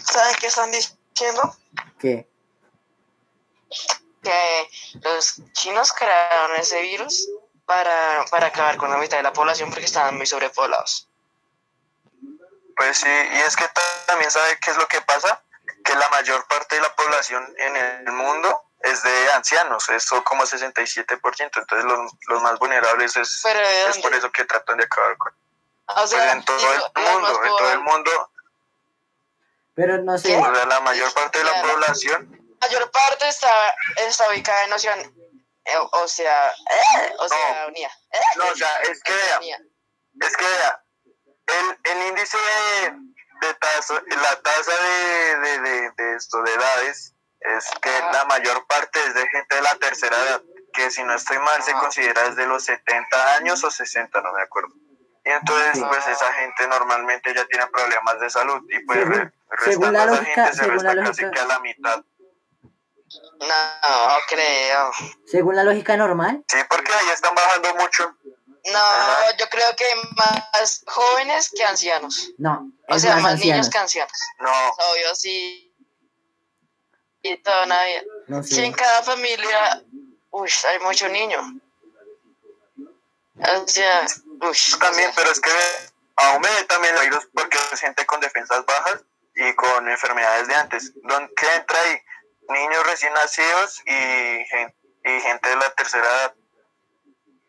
[SPEAKER 1] ¿Saben qué están diciendo?
[SPEAKER 2] ¿Qué?
[SPEAKER 1] Que los chinos crearon ese virus para, para acabar con la mitad de la población porque estaban muy sobrepoblados.
[SPEAKER 3] Pues sí, y es que ta- también sabe qué es lo que pasa, que la mayor parte de la población en el mundo es de ancianos, eso como 67%, entonces los, los más vulnerables es,
[SPEAKER 1] Pero Pues, ¿de
[SPEAKER 3] es
[SPEAKER 1] dónde?
[SPEAKER 3] por eso que tratan de acabar con.
[SPEAKER 1] O
[SPEAKER 3] Pues
[SPEAKER 1] sea,
[SPEAKER 3] en todo
[SPEAKER 1] digo,
[SPEAKER 3] el
[SPEAKER 1] los más
[SPEAKER 3] mundo, en todo el
[SPEAKER 1] poblados.
[SPEAKER 3] mundo,
[SPEAKER 2] Pero no sé,
[SPEAKER 1] ¿Qué?
[SPEAKER 3] o sea, la mayor parte de la
[SPEAKER 1] Claro.
[SPEAKER 3] población,
[SPEAKER 1] La mayor parte está, está ubicada en Ocean, eh, o sea, eh, o sea, unía. eh,
[SPEAKER 3] no, o sea, es que vea,
[SPEAKER 1] unía.
[SPEAKER 3] Es que vea, el, el índice de, de tasa, la tasa de, de, de, de esto, de edades, es que
[SPEAKER 1] Ajá.
[SPEAKER 3] la mayor parte es de gente de la tercera edad, que si no estoy mal se
[SPEAKER 1] Ajá.
[SPEAKER 3] considera desde los 70 años o 60, no me acuerdo. Y entonces,
[SPEAKER 1] Ajá.
[SPEAKER 3] pues esa gente normalmente ya tiene problemas de salud y pues
[SPEAKER 2] Según-
[SPEAKER 3] re-
[SPEAKER 2] según la
[SPEAKER 3] restando a esa
[SPEAKER 2] lógica-
[SPEAKER 3] gente se
[SPEAKER 2] según la
[SPEAKER 3] resta casi
[SPEAKER 2] lógica-
[SPEAKER 3] que a la mitad.
[SPEAKER 1] No, no creo.
[SPEAKER 2] según la lógica normal,
[SPEAKER 3] Sí, porque ahí están bajando mucho.
[SPEAKER 1] No, yo creo que hay más jóvenes que ancianos.
[SPEAKER 2] no,
[SPEAKER 1] O
[SPEAKER 2] es
[SPEAKER 1] sea,
[SPEAKER 2] más,
[SPEAKER 1] más
[SPEAKER 2] ancianos.
[SPEAKER 1] niños que ancianos.
[SPEAKER 3] No,
[SPEAKER 1] Obvio, sí. Y toda una vida.
[SPEAKER 2] No
[SPEAKER 1] Si en
[SPEAKER 2] sé.
[SPEAKER 1] cada familia, uy, hay mucho niño. O sea, uy.
[SPEAKER 3] También, pero es que aumenta también el virus porque es gente con defensas bajas y con enfermedades de antes. Don- ¿Qué entra ahí? Niños recién nacidos y, gen- y gente de la tercera edad.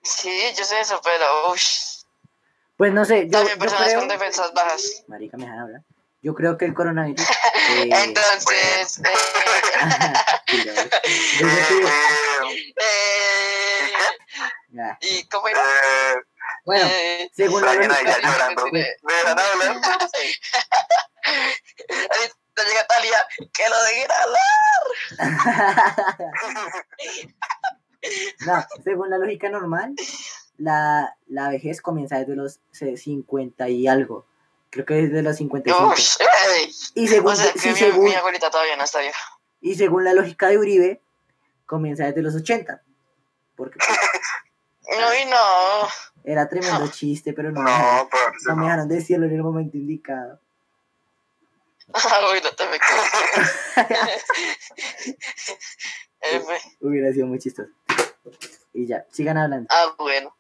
[SPEAKER 1] Sí, yo sé eso, pero uy.
[SPEAKER 2] Pues no sé, yo,
[SPEAKER 1] También
[SPEAKER 2] yo
[SPEAKER 1] personas
[SPEAKER 2] creo...
[SPEAKER 1] con defensas bajas.
[SPEAKER 2] Marica, me dejan hablar. Yo creo que el coronavirus... eh,
[SPEAKER 1] Entonces, eh,
[SPEAKER 2] tira, güey.
[SPEAKER 3] Eh,
[SPEAKER 2] Yo creo
[SPEAKER 3] eh,
[SPEAKER 1] eh,
[SPEAKER 2] que- ah,
[SPEAKER 1] ¿y cómo era?
[SPEAKER 3] eh,
[SPEAKER 2] Bueno,
[SPEAKER 1] Eh,
[SPEAKER 2] según la
[SPEAKER 3] alguien ahí
[SPEAKER 2] lógica...
[SPEAKER 3] ya llorando. ¿Me dejan hablar?
[SPEAKER 1] ahorita llega Talia, que lo dejen hablar.
[SPEAKER 2] no, según la lógica normal, la, la vejez comienza desde los se- 50 y algo. Creo que desde los 55.
[SPEAKER 1] Uy, ey.
[SPEAKER 2] Y según,
[SPEAKER 1] O sea,
[SPEAKER 2] sí,
[SPEAKER 1] que mi,
[SPEAKER 2] según-
[SPEAKER 1] mi abuelita todavía no está vieja.
[SPEAKER 2] y según la lógica de Uribe, comienza desde los 80. Porque pues,
[SPEAKER 1] No, y no.
[SPEAKER 2] era tremendo chiste, pero no, me dejaron-
[SPEAKER 3] No, parce,
[SPEAKER 2] no me
[SPEAKER 3] no.
[SPEAKER 2] dejaron decirlo en el momento indicado.
[SPEAKER 1] Abuelita, me quedo.
[SPEAKER 2] Hubiera sido muy chistoso. Y ya, sigan hablando.
[SPEAKER 1] Ah, bueno.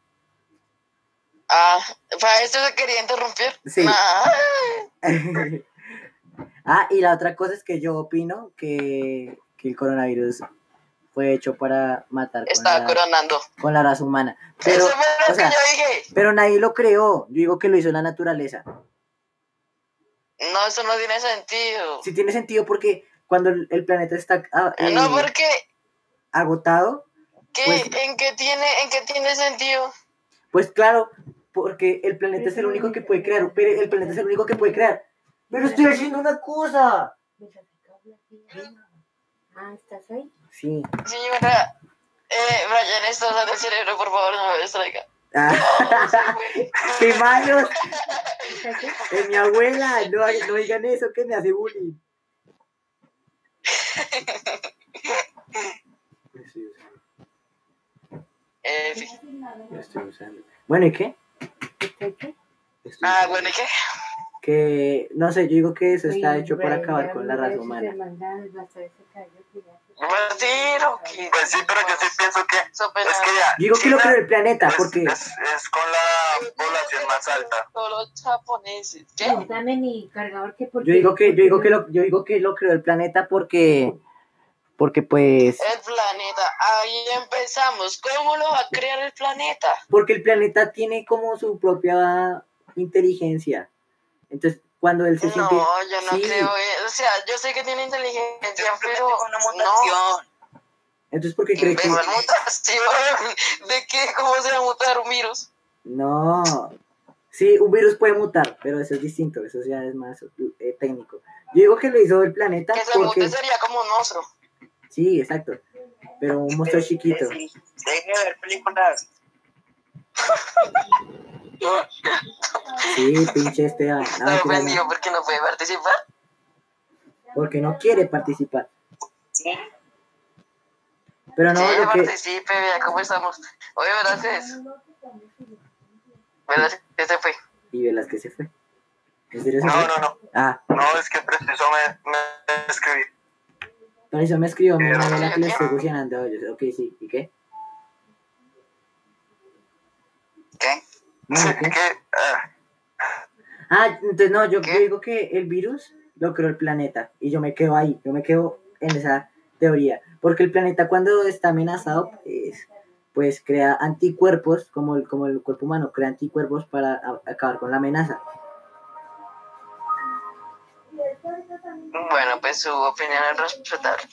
[SPEAKER 1] Ah, para esto se quería interrumpir. Ah,
[SPEAKER 2] Sí.
[SPEAKER 1] Nah.
[SPEAKER 2] ah, y la otra cosa es que yo opino que, que el coronavirus fue hecho para matar con
[SPEAKER 1] Estaba
[SPEAKER 2] la,
[SPEAKER 1] coronando.
[SPEAKER 2] con la raza humana. Pero,
[SPEAKER 1] Eso fue lo
[SPEAKER 2] o sea,
[SPEAKER 1] que yo dije.
[SPEAKER 2] pero nadie lo creó. Yo digo que lo hizo la naturaleza.
[SPEAKER 1] No, eso no tiene sentido.
[SPEAKER 2] Si tiene sentido porque cuando el el planeta está ah, eh,
[SPEAKER 1] No, porque
[SPEAKER 2] agotado,
[SPEAKER 1] ¿qué,
[SPEAKER 2] Pues-
[SPEAKER 1] ¿en qué tiene, en qué tiene sentido?
[SPEAKER 2] pues claro, porque el planeta es el único que puede crear. Pero el planeta es el único que puede crear. Pero estoy haciendo una cosa.
[SPEAKER 6] Ah, ¿estás ahí?
[SPEAKER 2] Sí.
[SPEAKER 1] Señora, eh, Brian, esto es del cerebro, por favor, no me distraiga.
[SPEAKER 2] Ah, ¡Qué malos!
[SPEAKER 6] ¿Estás ahí?
[SPEAKER 2] Es mi abuela, no, ha- no digan eso que me hace bullying.
[SPEAKER 1] Eh, sí.
[SPEAKER 2] Bueno, ¿y qué?
[SPEAKER 6] ¿Estás ahí?
[SPEAKER 1] Ah, bueno, ¿y qué?
[SPEAKER 2] Que no sé, yo digo que eso está
[SPEAKER 6] Oye,
[SPEAKER 2] hecho para
[SPEAKER 6] Brian,
[SPEAKER 2] acabar con la raza
[SPEAKER 6] muchas
[SPEAKER 2] humana.
[SPEAKER 6] demandadas, vas a ver si cayó, que ya se-
[SPEAKER 1] Martiro. que-
[SPEAKER 3] Pues sí, pero yo sí pienso que
[SPEAKER 1] Eso
[SPEAKER 3] es
[SPEAKER 1] apenas-
[SPEAKER 3] que ya.
[SPEAKER 2] Yo digo que lo
[SPEAKER 3] China
[SPEAKER 2] creó el planeta,
[SPEAKER 3] es-
[SPEAKER 2] porque
[SPEAKER 3] es, es con la población más alta.
[SPEAKER 1] Todos los japoneses. ¿Qué?
[SPEAKER 6] No, dame mi cargador que porque-
[SPEAKER 2] yo digo que yo digo que
[SPEAKER 6] porque
[SPEAKER 2] lo yo digo que lo creó el planeta porque porque pues
[SPEAKER 1] El planeta. Ahí empezamos. ¿Cómo lo va a crear el planeta?
[SPEAKER 2] porque el planeta tiene como su propia inteligencia. Entonces, cuando él se siente
[SPEAKER 1] No, yo no
[SPEAKER 2] Sí.
[SPEAKER 1] creo. eh, O sea, yo sé que tiene inteligencia, pero
[SPEAKER 4] Fue una
[SPEAKER 1] no.
[SPEAKER 4] mutación.
[SPEAKER 2] entonces porque cree que
[SPEAKER 1] Imbécil, mutación. ¿De qué? ¿Cómo se va a mutar un virus?
[SPEAKER 2] No. Sí, un virus puede mutar, pero eso es distinto, eso ya es más eh, técnico. Yo digo que lo hizo el planeta
[SPEAKER 1] Que se
[SPEAKER 2] porque... Ah,
[SPEAKER 1] mute sería como un monstruo.
[SPEAKER 2] Sí, exacto. Pero un monstruo chiquito.
[SPEAKER 4] Sí, Deje de ver películas.
[SPEAKER 2] Sí, pinche este, ah, Esteban. No,
[SPEAKER 1] Está
[SPEAKER 2] mentira,
[SPEAKER 1] ofendido
[SPEAKER 2] no,
[SPEAKER 1] porque no puede participar.
[SPEAKER 2] porque no quiere participar.
[SPEAKER 4] Sí.
[SPEAKER 2] Pero no,
[SPEAKER 1] sí,
[SPEAKER 2] lo que...
[SPEAKER 1] participe, vea cómo estamos. Oye, ¿verdad que es? ¿Verdad que se fue?
[SPEAKER 2] Y velas que se fue. ¿En serio se
[SPEAKER 3] No,
[SPEAKER 2] fue?
[SPEAKER 3] no, no.
[SPEAKER 2] Ah,
[SPEAKER 3] No, es que preciso me, me escribí.
[SPEAKER 2] por eso me escribió mi
[SPEAKER 3] Pero-
[SPEAKER 2] abuela que lo estoy cocinando. Yo, Ok, sí. ¿Y qué?
[SPEAKER 4] ¿Qué?
[SPEAKER 2] No, ¿y qué?
[SPEAKER 3] que, ah,
[SPEAKER 2] Ah, entonces no, yo, yo
[SPEAKER 1] ¿Qué?
[SPEAKER 2] digo que el virus lo creó el planeta y yo me quedo ahí, yo me quedo en esa teoría, porque el planeta cuando está amenazado, pues, pues crea anticuerpos, como el, como el cuerpo humano, crea anticuerpos para a- acabar con la amenaza.
[SPEAKER 1] Bueno, pues su opinión es respetable.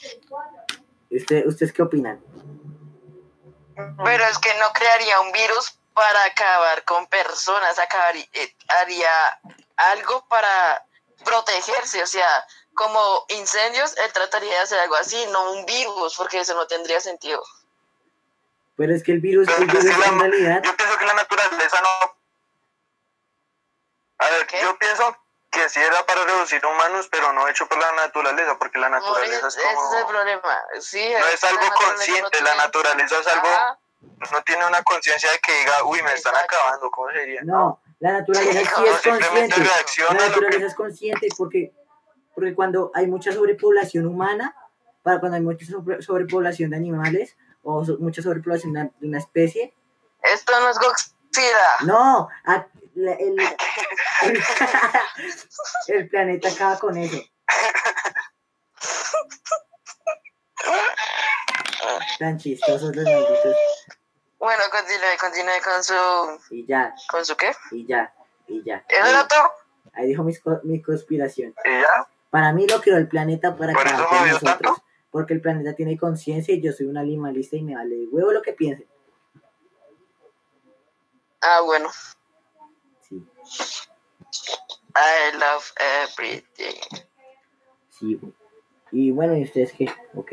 [SPEAKER 2] ¿Usted, ¿Ustedes qué opinan?
[SPEAKER 1] Pero es que no crearía un virus para acabar con personas, acabar, eh, haría algo para protegerse, o sea, como incendios, él trataría de hacer algo así, no un virus, porque eso no tendría sentido.
[SPEAKER 2] Pero es que el virus, el
[SPEAKER 3] Pero es que
[SPEAKER 2] virus
[SPEAKER 3] la-
[SPEAKER 2] en realidad,
[SPEAKER 3] yo pienso que la naturaleza no. A ver,
[SPEAKER 1] ¿Qué?
[SPEAKER 3] yo pienso que sí era para reducir humanos, pero no hecho por la naturaleza, porque la
[SPEAKER 1] Amor, es-
[SPEAKER 3] naturaleza es
[SPEAKER 1] Ese es el
[SPEAKER 3] como.
[SPEAKER 1] problema. Sí,
[SPEAKER 3] No es algo
[SPEAKER 1] naturaleza no
[SPEAKER 3] consciente, la
[SPEAKER 1] tiene-
[SPEAKER 3] naturaleza es algo.
[SPEAKER 1] Ajá.
[SPEAKER 3] No tiene una conciencia de que diga, uy, me están
[SPEAKER 1] Exacto.
[SPEAKER 3] acabando, ¿cómo sería?
[SPEAKER 2] no, la naturaleza
[SPEAKER 1] Sí,
[SPEAKER 2] sí
[SPEAKER 1] como
[SPEAKER 2] es
[SPEAKER 3] simplemente
[SPEAKER 2] consciente, la
[SPEAKER 3] reacciona a lo que
[SPEAKER 2] naturaleza es consciente porque, porque cuando hay mucha sobrepoblación humana, para cuando hay mucha sobre- sobrepoblación de animales o so- mucha sobrepoblación de una- de una especie,
[SPEAKER 1] Esto no es Godzilla.
[SPEAKER 2] No, a- la- el, el, el planeta acaba con eso. Tan chistosos los malditos.
[SPEAKER 1] Bueno, continúe, continúe con su...
[SPEAKER 2] Y ya,
[SPEAKER 1] ¿Con su qué?
[SPEAKER 2] y ya, y ya.
[SPEAKER 1] ¿Eso era todo?
[SPEAKER 2] Ahí dijo mis co- mi conspiración.
[SPEAKER 3] Y ya,
[SPEAKER 2] Para mí lo creó el planeta para
[SPEAKER 3] ¿Por
[SPEAKER 2] acabar
[SPEAKER 3] eso me
[SPEAKER 2] con
[SPEAKER 3] odió
[SPEAKER 2] nosotros.
[SPEAKER 3] tanto?
[SPEAKER 2] Porque el planeta tiene conciencia y yo soy un animalista y me vale de huevo lo que piensen.
[SPEAKER 1] Ah, bueno.
[SPEAKER 2] Sí,
[SPEAKER 1] I love everything.
[SPEAKER 2] sí. güey. Y bueno, ¿y ustedes qué?
[SPEAKER 3] Ah,
[SPEAKER 2] Ok.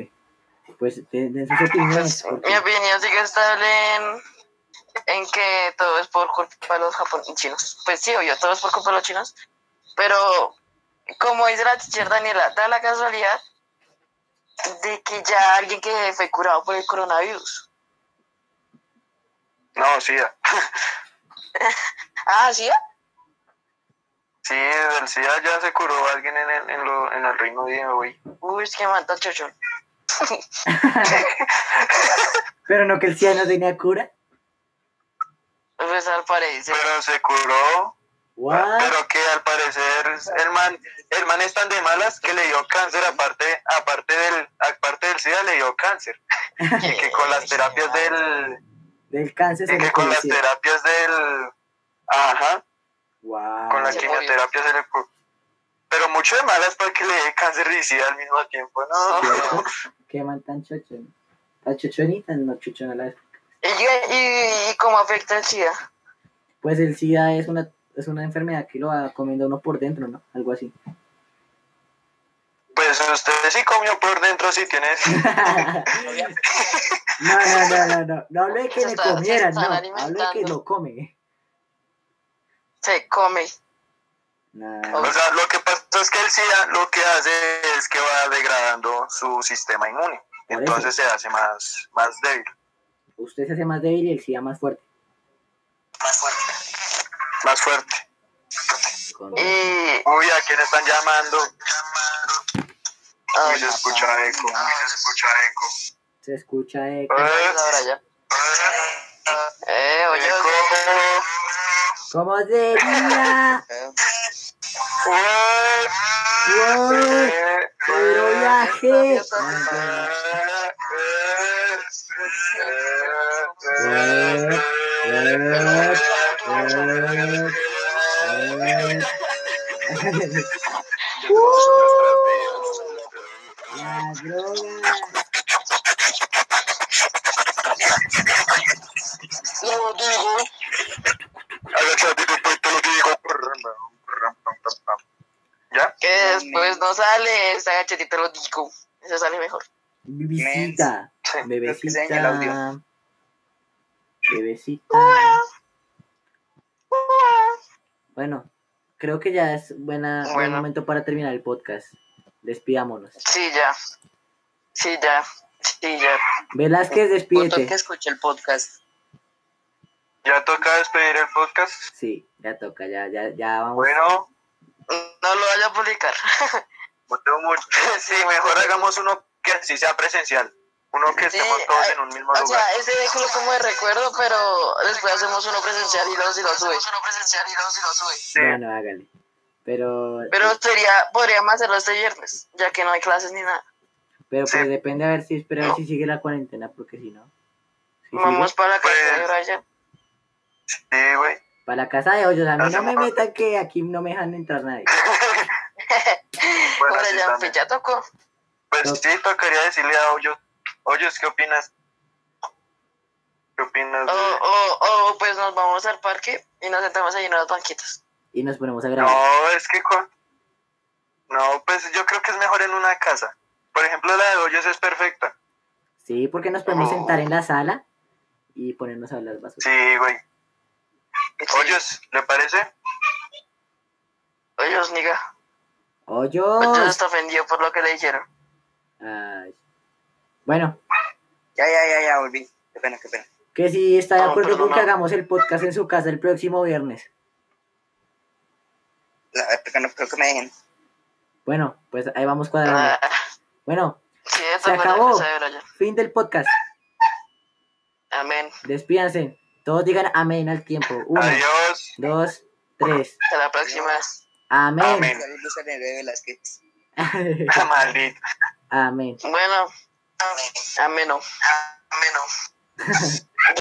[SPEAKER 2] Pues de- den sus opiniones.
[SPEAKER 1] Pues,
[SPEAKER 2] porque-
[SPEAKER 1] mi opinión sigue estable en, en que todo es por culpa de los japoneses chinos. Pues sí, obvio, todo es por culpa de los chinos. Pero, como dice la teacher Daniela, da la casualidad de que ya alguien que fue curado por el coronavirus.
[SPEAKER 3] No, SIDA.
[SPEAKER 1] Ah, ¿sí?
[SPEAKER 3] Sí, el SIDA ya se curó alguien en el, en lo- en el Reino Unido, güey.
[SPEAKER 1] Uy, es que mata chochón.
[SPEAKER 2] Pero no que el CIA no tenía cura.
[SPEAKER 1] Pues al parecer.
[SPEAKER 3] Pero se curó.
[SPEAKER 2] What?
[SPEAKER 3] Pero que al parecer el man, el man es tan de malas que le dio cáncer, aparte, aparte del, aparte del SIDA le dio cáncer. Y que con las terapias del,
[SPEAKER 2] Del cáncer se
[SPEAKER 3] y que
[SPEAKER 2] le
[SPEAKER 3] con las
[SPEAKER 2] conocía.
[SPEAKER 3] terapias del ajá,
[SPEAKER 2] Wow.
[SPEAKER 3] con la
[SPEAKER 1] Se
[SPEAKER 3] quimioterapia se le cu- pero mucho de malas para que le dé cáncer y SIDA al mismo tiempo, no,
[SPEAKER 2] ¿Cierto? Qué man tan chochón. Tan chochón y tan no chochón a la vez.
[SPEAKER 1] ¿Y, y, y cómo afecta el SIDA?
[SPEAKER 2] Pues el SIDA es una, es una enfermedad que lo va comiendo uno por dentro, ¿no? Algo así.
[SPEAKER 3] pues usted sí comió por dentro si tiene
[SPEAKER 2] no, no, no, no, no. No hable de que
[SPEAKER 1] Se
[SPEAKER 2] le
[SPEAKER 1] está- se
[SPEAKER 2] comieran, no.
[SPEAKER 1] están
[SPEAKER 2] Hable de que
[SPEAKER 1] alimentando.
[SPEAKER 2] lo come.
[SPEAKER 1] Se come.
[SPEAKER 2] Nah.
[SPEAKER 3] o sea lo que pasa es que el SIDA lo que hace es que va degradando su sistema inmune,
[SPEAKER 2] eso.
[SPEAKER 3] entonces se hace más, más débil,
[SPEAKER 2] Usted se hace más débil y el SIDA más fuerte.
[SPEAKER 4] Más fuerte.
[SPEAKER 3] más fuerte.
[SPEAKER 2] Con-
[SPEAKER 1] Eh. Y.
[SPEAKER 3] Uy, ¿a quién están llamando?
[SPEAKER 1] Ah,
[SPEAKER 3] Uy, se escucha eco. Uy, se escucha eco.
[SPEAKER 2] Se escucha eh,
[SPEAKER 1] ahora ya. Eh, oye,
[SPEAKER 3] Eco.
[SPEAKER 2] ¿Cómo sería? ¡Wow! ¡Pero
[SPEAKER 1] Eh,
[SPEAKER 2] viaje! La droga.
[SPEAKER 3] ¿Ya?
[SPEAKER 1] que después Pues no sale, esta gachetita lo digo. Eso sale mejor.
[SPEAKER 2] Bebecita.
[SPEAKER 4] creo que se daña el
[SPEAKER 2] Bebecita.
[SPEAKER 4] audio.
[SPEAKER 2] Bebecita. Bueno, creo que ya es buena, buen
[SPEAKER 1] Bueno.
[SPEAKER 2] momento para terminar el podcast. Despidámonos.
[SPEAKER 1] Sí, ya. Sí, ya. Sí, ya.
[SPEAKER 2] Velázquez,
[SPEAKER 4] Otro que
[SPEAKER 2] despídete.
[SPEAKER 4] escuché el podcast.
[SPEAKER 3] Ya toca despedir el podcast.
[SPEAKER 2] Sí, ya toca, ya, ya, ya vamos.
[SPEAKER 3] Bueno,
[SPEAKER 1] No lo vaya a publicar.
[SPEAKER 3] bueno, mucho. Sí, mejor hagamos uno que así sea presencial. Uno que
[SPEAKER 1] Sí,
[SPEAKER 3] estemos todos
[SPEAKER 1] ay,
[SPEAKER 3] en un mismo
[SPEAKER 1] O
[SPEAKER 3] lugar.
[SPEAKER 1] sea, ese déjalo como de recuerdo, pero después hacemos uno presencial y luego si lo sube. uno presencial y luego si lo sube.
[SPEAKER 3] Sí.
[SPEAKER 2] Bueno, hágale. Pero,
[SPEAKER 1] Pero sería, podríamos hacerlo este viernes, ya que no hay clases ni nada.
[SPEAKER 2] pero
[SPEAKER 3] sí.
[SPEAKER 2] pues depende a ver si espera a ver si sigue la cuarentena, porque si no. si sigue,
[SPEAKER 1] Vamos para la casa de
[SPEAKER 3] Pues-
[SPEAKER 1] Brian.
[SPEAKER 3] Sí, güey.
[SPEAKER 2] para la casa de hoyos. A mí no me
[SPEAKER 3] Hacemos-
[SPEAKER 2] metan que aquí no me dejan entrar nadie.
[SPEAKER 3] Bueno, sí,
[SPEAKER 1] Brian,
[SPEAKER 3] también.
[SPEAKER 1] pues ya tocó.
[SPEAKER 3] Pues sí, tocaría decirle a Hoyos, Hoyos, ¿qué opinas? ¿Qué opinas?
[SPEAKER 1] O,
[SPEAKER 3] de-
[SPEAKER 1] o, o pues nos vamos al parque y nos sentamos ahí en las banquitas.
[SPEAKER 2] Y nos ponemos a grabar.
[SPEAKER 3] No, es que... cu- No, pues yo creo que es mejor en una casa. Por ejemplo, la de Hoyos es perfecta.
[SPEAKER 2] Sí, porque nos podemos
[SPEAKER 3] No.
[SPEAKER 2] sentar en la sala y ponernos a hablar basura.
[SPEAKER 3] Sí, güey. Hoyos, ¿le parece?
[SPEAKER 1] Oye, os niga. Yo
[SPEAKER 2] ¡Hoyos!
[SPEAKER 1] está ofendido por lo que le dijeron.
[SPEAKER 2] Ay. Bueno,
[SPEAKER 4] Ya, ya, ya, ya, volví. Qué pena, qué pena.
[SPEAKER 2] que si está de
[SPEAKER 1] No,
[SPEAKER 2] acuerdo
[SPEAKER 1] pero
[SPEAKER 2] con
[SPEAKER 1] no.
[SPEAKER 2] que hagamos el podcast en su casa el próximo viernes.
[SPEAKER 4] La verdad que no creo que me dejen.
[SPEAKER 2] Bueno, pues ahí vamos cuadrando.
[SPEAKER 1] Ah,
[SPEAKER 2] Bueno,
[SPEAKER 1] sí,
[SPEAKER 2] Se
[SPEAKER 1] esta fue la
[SPEAKER 2] acabó.
[SPEAKER 1] casa de Brian.
[SPEAKER 2] fin del podcast.
[SPEAKER 1] Amén.
[SPEAKER 2] Despídanse. Todos digan amén al tiempo. Uno,
[SPEAKER 3] Adiós.
[SPEAKER 2] dos, tres.
[SPEAKER 1] Hasta la próxima.
[SPEAKER 2] Amén.
[SPEAKER 3] Amén.
[SPEAKER 4] Saludos a Nere Velázquez.
[SPEAKER 2] Amén.
[SPEAKER 3] Maldito.
[SPEAKER 2] amén.
[SPEAKER 1] Bueno, ameno. Ameno.